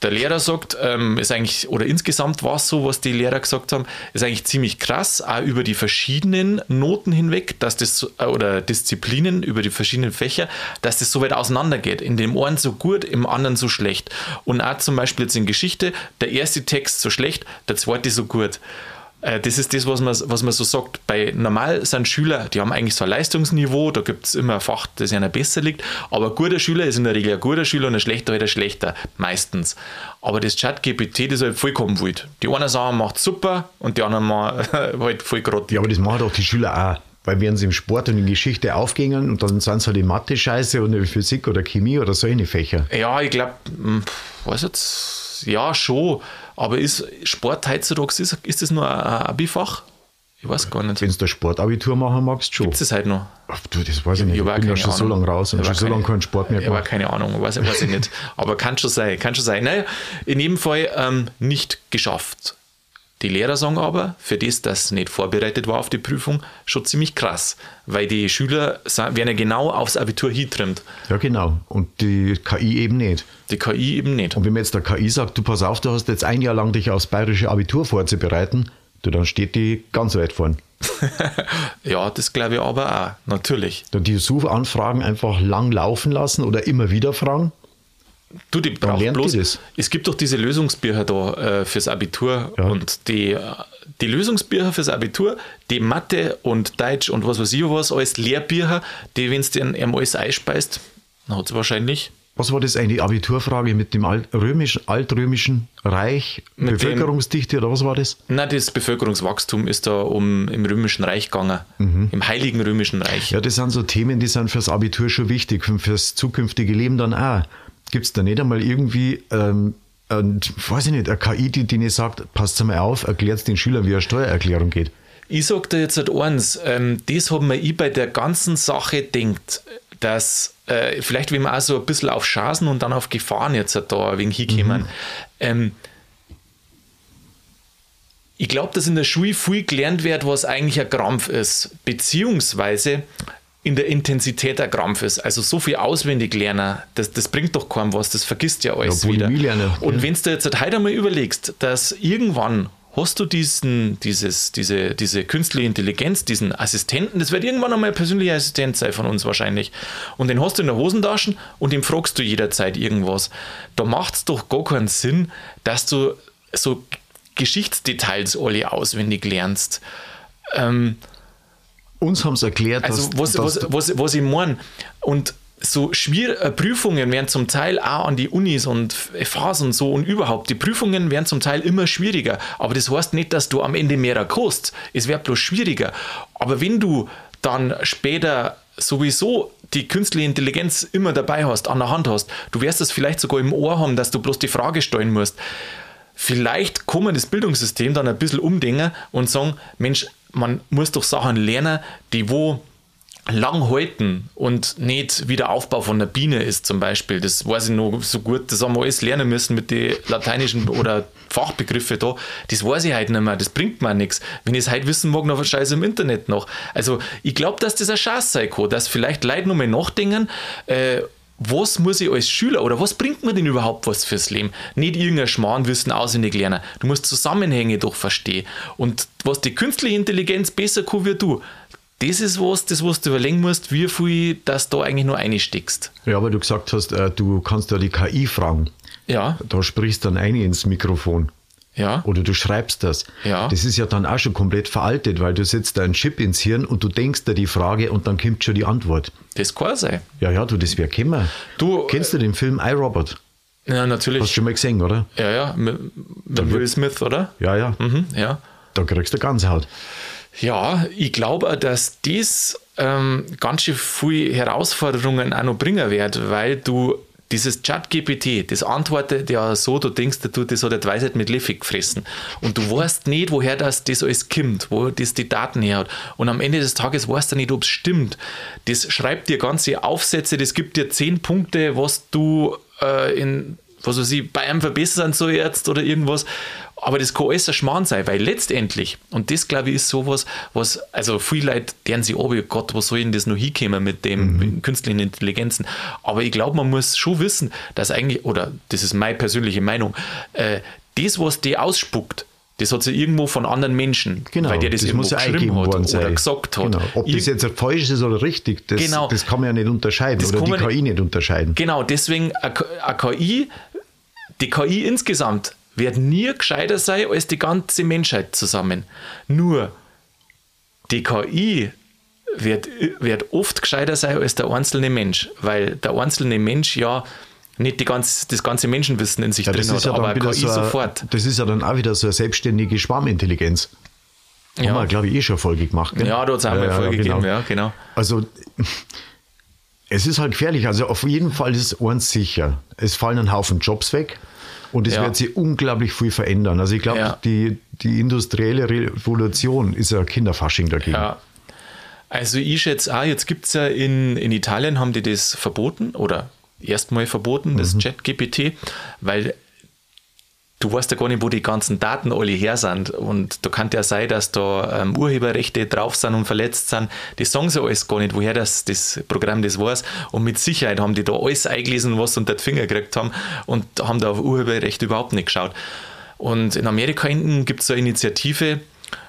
[SPEAKER 1] Der Lehrer sagt, ähm, ist eigentlich, oder insgesamt war es so, was die Lehrer gesagt haben, ist eigentlich ziemlich krass, auch über die verschiedenen Noten hinweg, dass das, so- äh, oder Disziplinen, über die verschiedenen Fächer, dass das so weit auseinandergeht. In dem einen so gut, im anderen so schlecht. Und auch zum Beispiel jetzt in Geschichte, der erste Text so schlecht, der zweite so gut. Äh, Das ist das, was man, was man so sagt. Bei normal sind Schüler, die haben eigentlich so ein Leistungsniveau, da gibt es immer ein Fach, das ihnen besser liegt. Aber ein guter Schüler ist in der Regel ein guter Schüler und ein schlechter halt ein schlechter, meistens. Aber das Chat-GPT, das halt vollkommen wild. Die einen sagen, macht super und die anderen mal halt voll grottig.
[SPEAKER 2] Ja, aber das machen doch die Schüler auch. Weil wären sie im Sport und in Geschichte aufgingen und dann sind sie halt in Mathe scheiße und in Physik oder Chemie oder solche Fächer.
[SPEAKER 1] Ja, ich glaube, was jetzt? Ja, schon. Aber ist Sport heutzutage, ist, ist das nur ein ein Abifach? Ich weiß gar nicht.
[SPEAKER 2] Wenn du ein Sportabitur machen magst, schon.
[SPEAKER 1] Gibt es halt noch?
[SPEAKER 2] Ach, du, das weiß ich nicht. Ich,
[SPEAKER 1] hab auch
[SPEAKER 2] bin ja
[SPEAKER 1] keine
[SPEAKER 2] schon so
[SPEAKER 1] Ahnung.
[SPEAKER 2] lange raus und
[SPEAKER 1] Ich
[SPEAKER 2] schon
[SPEAKER 1] hab
[SPEAKER 2] so
[SPEAKER 1] keine-
[SPEAKER 2] lange keinen Sport mehr
[SPEAKER 1] Ich habe
[SPEAKER 2] gemacht.
[SPEAKER 1] keine Ahnung, weiß, weiß ich nicht. Aber kann schon sein, kann schon sein. Naja, in jedem Fall ähm, nicht geschafft. Die Lehrer sagen aber, für das, dass nicht vorbereitet war auf die Prüfung, schon ziemlich krass, weil die Schüler sa- werden ja genau aufs Abitur hintrimmt.
[SPEAKER 2] Ja, genau. Und die KI eben nicht.
[SPEAKER 1] Die KI eben nicht.
[SPEAKER 2] Und wenn mir jetzt der KI sagt, du pass auf, du hast jetzt ein Jahr lang dich aufs bayerische Abitur vorzubereiten, du, dann steht die ganz weit vorn.
[SPEAKER 1] Ja, das glaube ich aber auch, natürlich.
[SPEAKER 2] Dann die Suchanfragen einfach lang laufen lassen oder immer wieder fragen.
[SPEAKER 1] Du, die braucht
[SPEAKER 2] lernt
[SPEAKER 1] bloß.
[SPEAKER 2] die das.
[SPEAKER 1] Es gibt doch diese Lösungsbücher da äh, fürs Abitur und die, äh, die Lösungsbücher fürs Abitur, die Mathe und Deutsch und was weiß ich was, alles Lehrbücher, die, wenn es den einmal alles einspeist, dann hat es wahrscheinlich
[SPEAKER 2] was war das eigentlich, Abiturfrage mit dem Alt römisch, altrömischen Reich,
[SPEAKER 1] Mit dem-
[SPEAKER 2] Bevölkerungsdichte oder was war das?
[SPEAKER 1] Na, das Bevölkerungswachstum ist da um im Römischen Reich gegangen,
[SPEAKER 2] Mhm.
[SPEAKER 1] im Heiligen Römischen Reich.
[SPEAKER 2] Ja, das sind so Themen, die sind fürs Abitur schon wichtig, und fürs zukünftige Leben dann auch. Gibt es da nicht einmal irgendwie, ähm, ein, weiß ich nicht, eine KI, die denen sagt, passt mal auf, erklärt den Schülern, wie eine Steuererklärung geht.
[SPEAKER 1] Ich sag dir jetzt halt eins, ähm, das haben mir ich bei der ganzen Sache denkt, dass äh, vielleicht, wenn wir auch so ein bisschen auf Chancen und dann auf Gefahren jetzt halt da wegen hinkommen, ähm, ich glaube, dass in der Schule viel gelernt wird, was eigentlich ein Krampf ist, beziehungsweise in der Intensität ein Krampf ist. Also so viel auswendig lernen, das, das bringt doch kaum was, das vergisst ja alles
[SPEAKER 2] Ja,
[SPEAKER 1] wieder.
[SPEAKER 2] Bulimie lernen,
[SPEAKER 1] Und
[SPEAKER 2] ja.
[SPEAKER 1] wenn du jetzt halt heute einmal überlegst, dass irgendwann hast du diesen, dieses, diese, diese künstliche Intelligenz, diesen Assistenten, das wird irgendwann einmal ein persönlicher Assistent sein von uns wahrscheinlich. Und den hast du in der Hosentasche und dem fragst du jederzeit irgendwas. Da macht es doch gar keinen Sinn, dass du so Geschichtsdetails alle auswendig lernst. Ähm,
[SPEAKER 2] Uns haben sie erklärt,
[SPEAKER 1] also
[SPEAKER 2] dass,
[SPEAKER 1] was,
[SPEAKER 2] dass
[SPEAKER 1] was, was, was ich meine. Und so schwier äh, Prüfungen werden zum Teil auch an die Unis und FHs und so und überhaupt. Die Prüfungen werden zum Teil immer schwieriger. Aber das heißt nicht, dass du am Ende mehr kost. Es wird bloß schwieriger. Aber wenn du dann später sowieso die künstliche Intelligenz immer dabei hast, an der Hand hast, du wirst es vielleicht sogar im Ohr haben, dass du bloß die Frage stellen musst. Vielleicht kann man das Bildungssystem dann ein bisschen umdenken und sagen, Mensch, man muss doch Sachen lernen, die wo lang halten und nicht wie der Aufbau von der Biene ist zum Beispiel. Das weiß ich noch so gut, das haben wir alles lernen müssen mit den lateinischen oder Fachbegriffe da. Das weiß ich halt nicht mehr, das bringt mir nichts. Wenn ich es halt wissen mag, noch scheiße im Internet noch. Also ich glaube, dass das eine Chance sein kann, dass vielleicht Leute nochmal nachdenken, äh, was muss ich als Schüler oder was bringt mir denn überhaupt was fürs Leben? Nicht irgendein Schmarrnwissen auswendig lernen. Du musst Zusammenhänge doch verstehen. Und was die künstliche Intelligenz besser kann wie du, das ist was, das was du überlegen musst, wie viel das da eigentlich nur einsteckst.
[SPEAKER 2] Ja, aber du gesagt hast, äh, du kannst ja die KI fragen.
[SPEAKER 1] Ja,
[SPEAKER 2] Da sprichst dann eine ins Mikrofon.
[SPEAKER 1] ja.
[SPEAKER 2] Oder du schreibst das.
[SPEAKER 1] Ja.
[SPEAKER 2] Das ist ja dann auch schon komplett veraltet, weil du setzt da einen Chip ins Hirn und du denkst dir die Frage und dann kommt schon die Antwort.
[SPEAKER 1] Das kann sein.
[SPEAKER 2] Ja, ja, du, das wäre Kimmer.
[SPEAKER 1] Du,
[SPEAKER 2] Kennst du den Film iRobot?
[SPEAKER 1] Ja,
[SPEAKER 2] Hast du
[SPEAKER 1] natürlich.
[SPEAKER 2] schon mal gesehen, oder?
[SPEAKER 1] Ja, ja. Mit, mit Will Smith, oder?
[SPEAKER 2] Ja, ja.
[SPEAKER 1] Mhm, ja.
[SPEAKER 2] Da kriegst du Gänsehaut.
[SPEAKER 1] Ja, ich glaube, dass das ähm, ganz schön viele Herausforderungen auch noch bringen wird, weil du dieses Chat-GPT, das antwortet ja so, du denkst, du, das hat die Weisheit mit Liffig gefressen. Und du weißt nicht, woher das, das alles kommt, wo das die Daten her hat. Und am Ende des Tages weißt du nicht, ob es stimmt. Das schreibt dir ganze Aufsätze, das gibt dir zehn Punkte, was du äh, in was weiß ich, bei einem verbessern soll jetzt oder irgendwas. Aber das kann alles ein Schmarrn sein, weil letztendlich, und das glaube ich ist sowas, was, also viele Leute, deren sie, oh Gott, was soll denn das noch hinkommen mit dem
[SPEAKER 2] Mhm.
[SPEAKER 1] mit den künstlichen Intelligenzen? Aber ich glaube, man muss schon wissen, dass eigentlich, oder das ist meine persönliche Meinung, äh, das, was die ausspuckt, das hat sie irgendwo von anderen Menschen,
[SPEAKER 2] Genau.
[SPEAKER 1] weil der das, irgendwo
[SPEAKER 2] muss ja
[SPEAKER 1] geschrieben
[SPEAKER 2] eingegeben
[SPEAKER 1] hat
[SPEAKER 2] worden
[SPEAKER 1] oder
[SPEAKER 2] sein.
[SPEAKER 1] gesagt hat.
[SPEAKER 2] Genau. Ob das
[SPEAKER 1] Irgend-
[SPEAKER 2] jetzt falsch ist oder richtig, das,
[SPEAKER 1] Genau.
[SPEAKER 2] das kann man ja nicht unterscheiden. oder
[SPEAKER 1] kann
[SPEAKER 2] die
[SPEAKER 1] man
[SPEAKER 2] KI nicht unterscheiden.
[SPEAKER 1] Genau, deswegen a- a KI, die KI insgesamt wird nie gescheiter sein als die ganze Menschheit zusammen. Nur die KI wird, wird oft gescheiter sein als der einzelne Mensch, weil der einzelne Mensch ja nicht die ganze, das ganze Menschenwissen in sich
[SPEAKER 2] Ja,
[SPEAKER 1] drin
[SPEAKER 2] das,
[SPEAKER 1] hat,
[SPEAKER 2] ist ja
[SPEAKER 1] aber
[SPEAKER 2] dann wieder
[SPEAKER 1] KI
[SPEAKER 2] so ein,
[SPEAKER 1] sofort.
[SPEAKER 2] das ist ja dann auch wieder so eine selbstständige Schwarmintelligenz.
[SPEAKER 1] Ja.
[SPEAKER 2] Haben wir, glaube ich, eh schon eine Folge gemacht. Gell?
[SPEAKER 1] Ja, da hat's auch mal eine Folge gegeben, ja, genau.
[SPEAKER 2] Also, es ist halt gefährlich. Also, auf jeden Fall ist uns sicher. Es fallen ein Haufen Jobs weg und es
[SPEAKER 1] Ja.
[SPEAKER 2] wird sich unglaublich viel verändern. Also, ich glaube,
[SPEAKER 1] Ja.
[SPEAKER 2] die, die industrielle Revolution ist ein Kinderfasching dagegen.
[SPEAKER 1] Ja. Also ich schätze auch, jetzt gibt es ja in, in Italien, haben die das verboten oder erstmal verboten, das Chat-GPT, weil du weißt ja gar nicht, wo die ganzen Daten alle her sind. Und da kann ja sein, dass da ähm, Urheberrechte drauf sind und verletzt sind. Die sagen sie alles gar nicht, woher das, das Programm das weiß. Und mit Sicherheit haben die da alles eingelesen, was sie unter die Finger gekriegt haben und haben da auf Urheberrecht überhaupt nicht geschaut. Und in Amerika hinten gibt es so eine Initiative,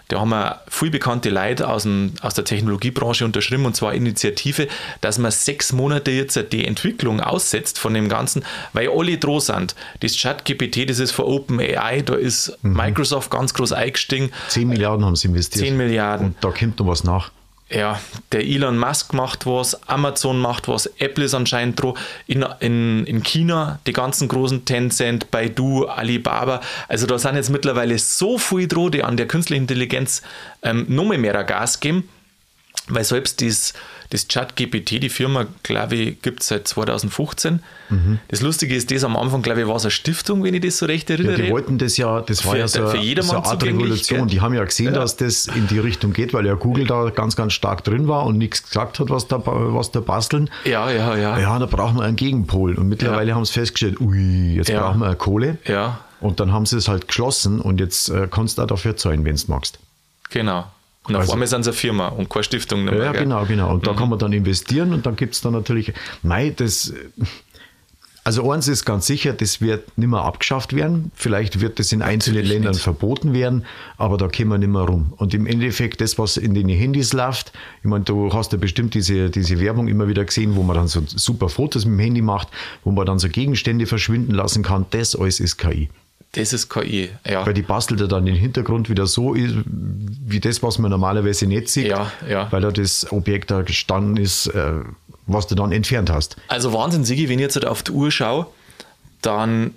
[SPEAKER 1] da haben wir viel bekannte Leute aus, dem, aus der Technologiebranche unterschrieben und zwar Initiative, dass man sechs Monate jetzt die Entwicklung aussetzt von dem Ganzen, weil alle droh sind. Das ChatGPT, das ist von OpenAI, da ist Microsoft ganz groß eingestiegen.
[SPEAKER 2] 10 Milliarden haben sie investiert.
[SPEAKER 1] 10 Milliarden.
[SPEAKER 2] Und da kommt noch was nach.
[SPEAKER 1] ja, der Elon Musk macht was, Amazon macht was, Apple ist anscheinend dran, in, in, in China die ganzen großen Tencent, Baidu, Alibaba. Also da sind jetzt mittlerweile so viele dran, die an der künstlichen Intelligenz ähm, noch mehr, mehr Gas geben, weil selbst das, das ChatGPT, die Firma, glaube ich, gibt es seit 2015. Das Lustige ist, das am Anfang, glaube ich, war es eine Stiftung, wenn ich das so recht
[SPEAKER 2] Mhm. Ja,
[SPEAKER 1] erinnere.
[SPEAKER 2] die wollten das ja, das war
[SPEAKER 1] Für-
[SPEAKER 2] ja so,
[SPEAKER 1] für
[SPEAKER 2] eine-
[SPEAKER 1] jedermann
[SPEAKER 2] so eine Art
[SPEAKER 1] zugänglich,
[SPEAKER 2] Revolution.
[SPEAKER 1] gell?
[SPEAKER 2] Die haben ja gesehen, dass das in die Richtung geht, weil ja Google da ganz, ganz stark drin war und nichts gesagt hat, was da, was da basteln.
[SPEAKER 1] ja, ja, ja.
[SPEAKER 2] Ah Ja, da brauchen wir einen Gegenpol. Und mittlerweile haben sie festgestellt, ui, jetzt
[SPEAKER 1] Ja.
[SPEAKER 2] brauchen wir eine Kohle.
[SPEAKER 1] Ja,
[SPEAKER 2] Und dann haben sie es halt geschlossen und jetzt äh, kannst du auch dafür zahlen, wenn du magst.
[SPEAKER 1] genau. Und auf
[SPEAKER 2] Also-
[SPEAKER 1] einmal sind sie eine Firma und keine Stiftung. mehr,
[SPEAKER 2] Ja,
[SPEAKER 1] gell? Mhm.
[SPEAKER 2] genau, genau. Und da kann man dann investieren und dann gibt es dann natürlich. Nein, das. Also eins ist ganz sicher, das wird nicht mehr abgeschafft werden. Vielleicht wird das in einzelnen
[SPEAKER 1] Natürlich
[SPEAKER 2] Ländern
[SPEAKER 1] nicht.
[SPEAKER 2] verboten werden, aber da kommen wir nicht mehr rum. Und im Endeffekt, das, was in den Handys läuft, ich meine, du hast ja bestimmt diese, diese Werbung immer wieder gesehen, wo man dann so super Fotos mit dem Handy macht, wo man dann so Gegenstände verschwinden lassen kann. Das alles ist KI.
[SPEAKER 1] Das ist KI. Ja,
[SPEAKER 2] Weil die bastelt ja dann den Hintergrund wieder so, wie das, was man normalerweise nicht sieht.
[SPEAKER 1] Ja, ja.
[SPEAKER 2] Weil da das Objekt da gestanden ist, äh, was du dann entfernt hast.
[SPEAKER 1] Also Wahnsinn, Sigi, wenn ich jetzt halt auf die Uhr schaue, dann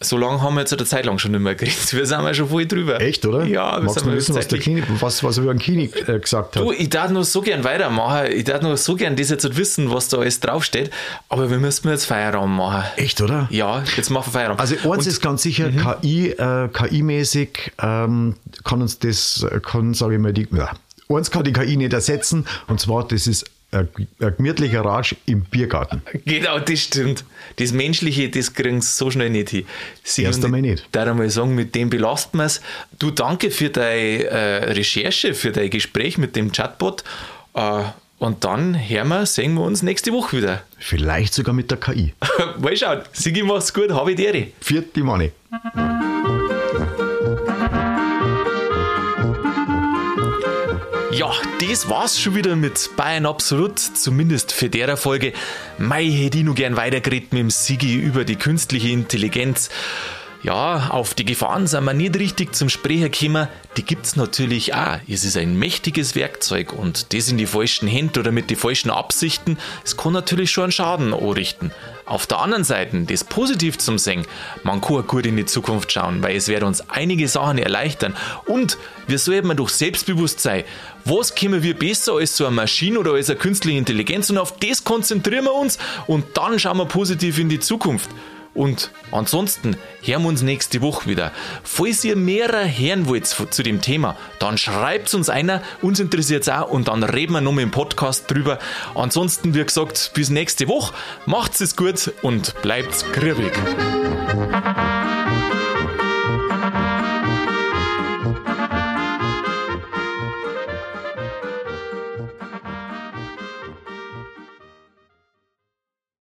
[SPEAKER 1] so lange haben wir jetzt eine Zeit lang schon nicht mehr geredet. Wir sind ja schon voll drüber.
[SPEAKER 2] Echt, oder?
[SPEAKER 1] Ja, wir
[SPEAKER 2] Magst
[SPEAKER 1] sind
[SPEAKER 2] du
[SPEAKER 1] mal
[SPEAKER 2] wissen, was, der
[SPEAKER 1] zeitlich-
[SPEAKER 2] Kini, was, was er über den Kini äh, gesagt hat?
[SPEAKER 1] Du, ich darf nur so gern weitermachen. Ich darf nur so gern das jetzt halt wissen, was da alles draufsteht. Aber wir müssen jetzt Feierabend machen.
[SPEAKER 2] Echt, oder?
[SPEAKER 1] Ja, jetzt machen wir Feierabend.
[SPEAKER 2] Also
[SPEAKER 1] Und Mhm.
[SPEAKER 2] eins ist ganz sicher, KI, äh, KI-mäßig ähm, kann uns das, äh, kann, sage ich mal, die, ja, eins kann die KI nicht ersetzen, und zwar, das ist ein, ein gemütlicher Ratsch im Biergarten.
[SPEAKER 1] Genau, das stimmt. Das Menschliche, das kriegen sie so schnell nicht hin. Sie
[SPEAKER 2] Erst
[SPEAKER 1] und
[SPEAKER 2] einmal nicht.
[SPEAKER 1] Ich darf einmal sagen, mit dem belasten wir es. Du, danke für deine äh, Recherche, für dein Gespräch mit dem Chatbot. Äh, und dann hören wir, sehen wir uns nächste Woche wieder.
[SPEAKER 2] Vielleicht sogar mit der KI.
[SPEAKER 1] Mal schauen. Sigi, mach's gut. Habe die Ehre.
[SPEAKER 2] Vierte Money.
[SPEAKER 1] Ja, das war's schon wieder mit Bayern Absolut, zumindest für derer Folge. Mei, hätte ich noch gern weitergeredet mit dem Sigi über die künstliche Intelligenz. Ja, auf die Gefahren sind wir nicht richtig zum Sprecher gekommen. Die gibt's natürlich auch. Es ist ein mächtiges Werkzeug und das in die falschen Hände oder mit den falschen Absichten, es kann natürlich schon einen Schaden anrichten. Auf der anderen Seite, das positiv zum Singen, man kann gut in die Zukunft schauen, weil es wird uns einige Sachen erleichtern. Und wir sollten doch selbstbewusst sein. Was können wir besser als so eine Maschine oder als eine künstliche Intelligenz? Und auf das konzentrieren wir uns und dann schauen wir positiv in die Zukunft. Und ansonsten hören wir uns nächste Woche wieder. Falls ihr mehrere hören wollt f- zu dem Thema, dann schreibt uns einer, uns interessiert es auch und dann reden wir nochmal im Podcast drüber. Ansonsten, wie gesagt, bis nächste Woche, macht's es gut und bleibt grübig.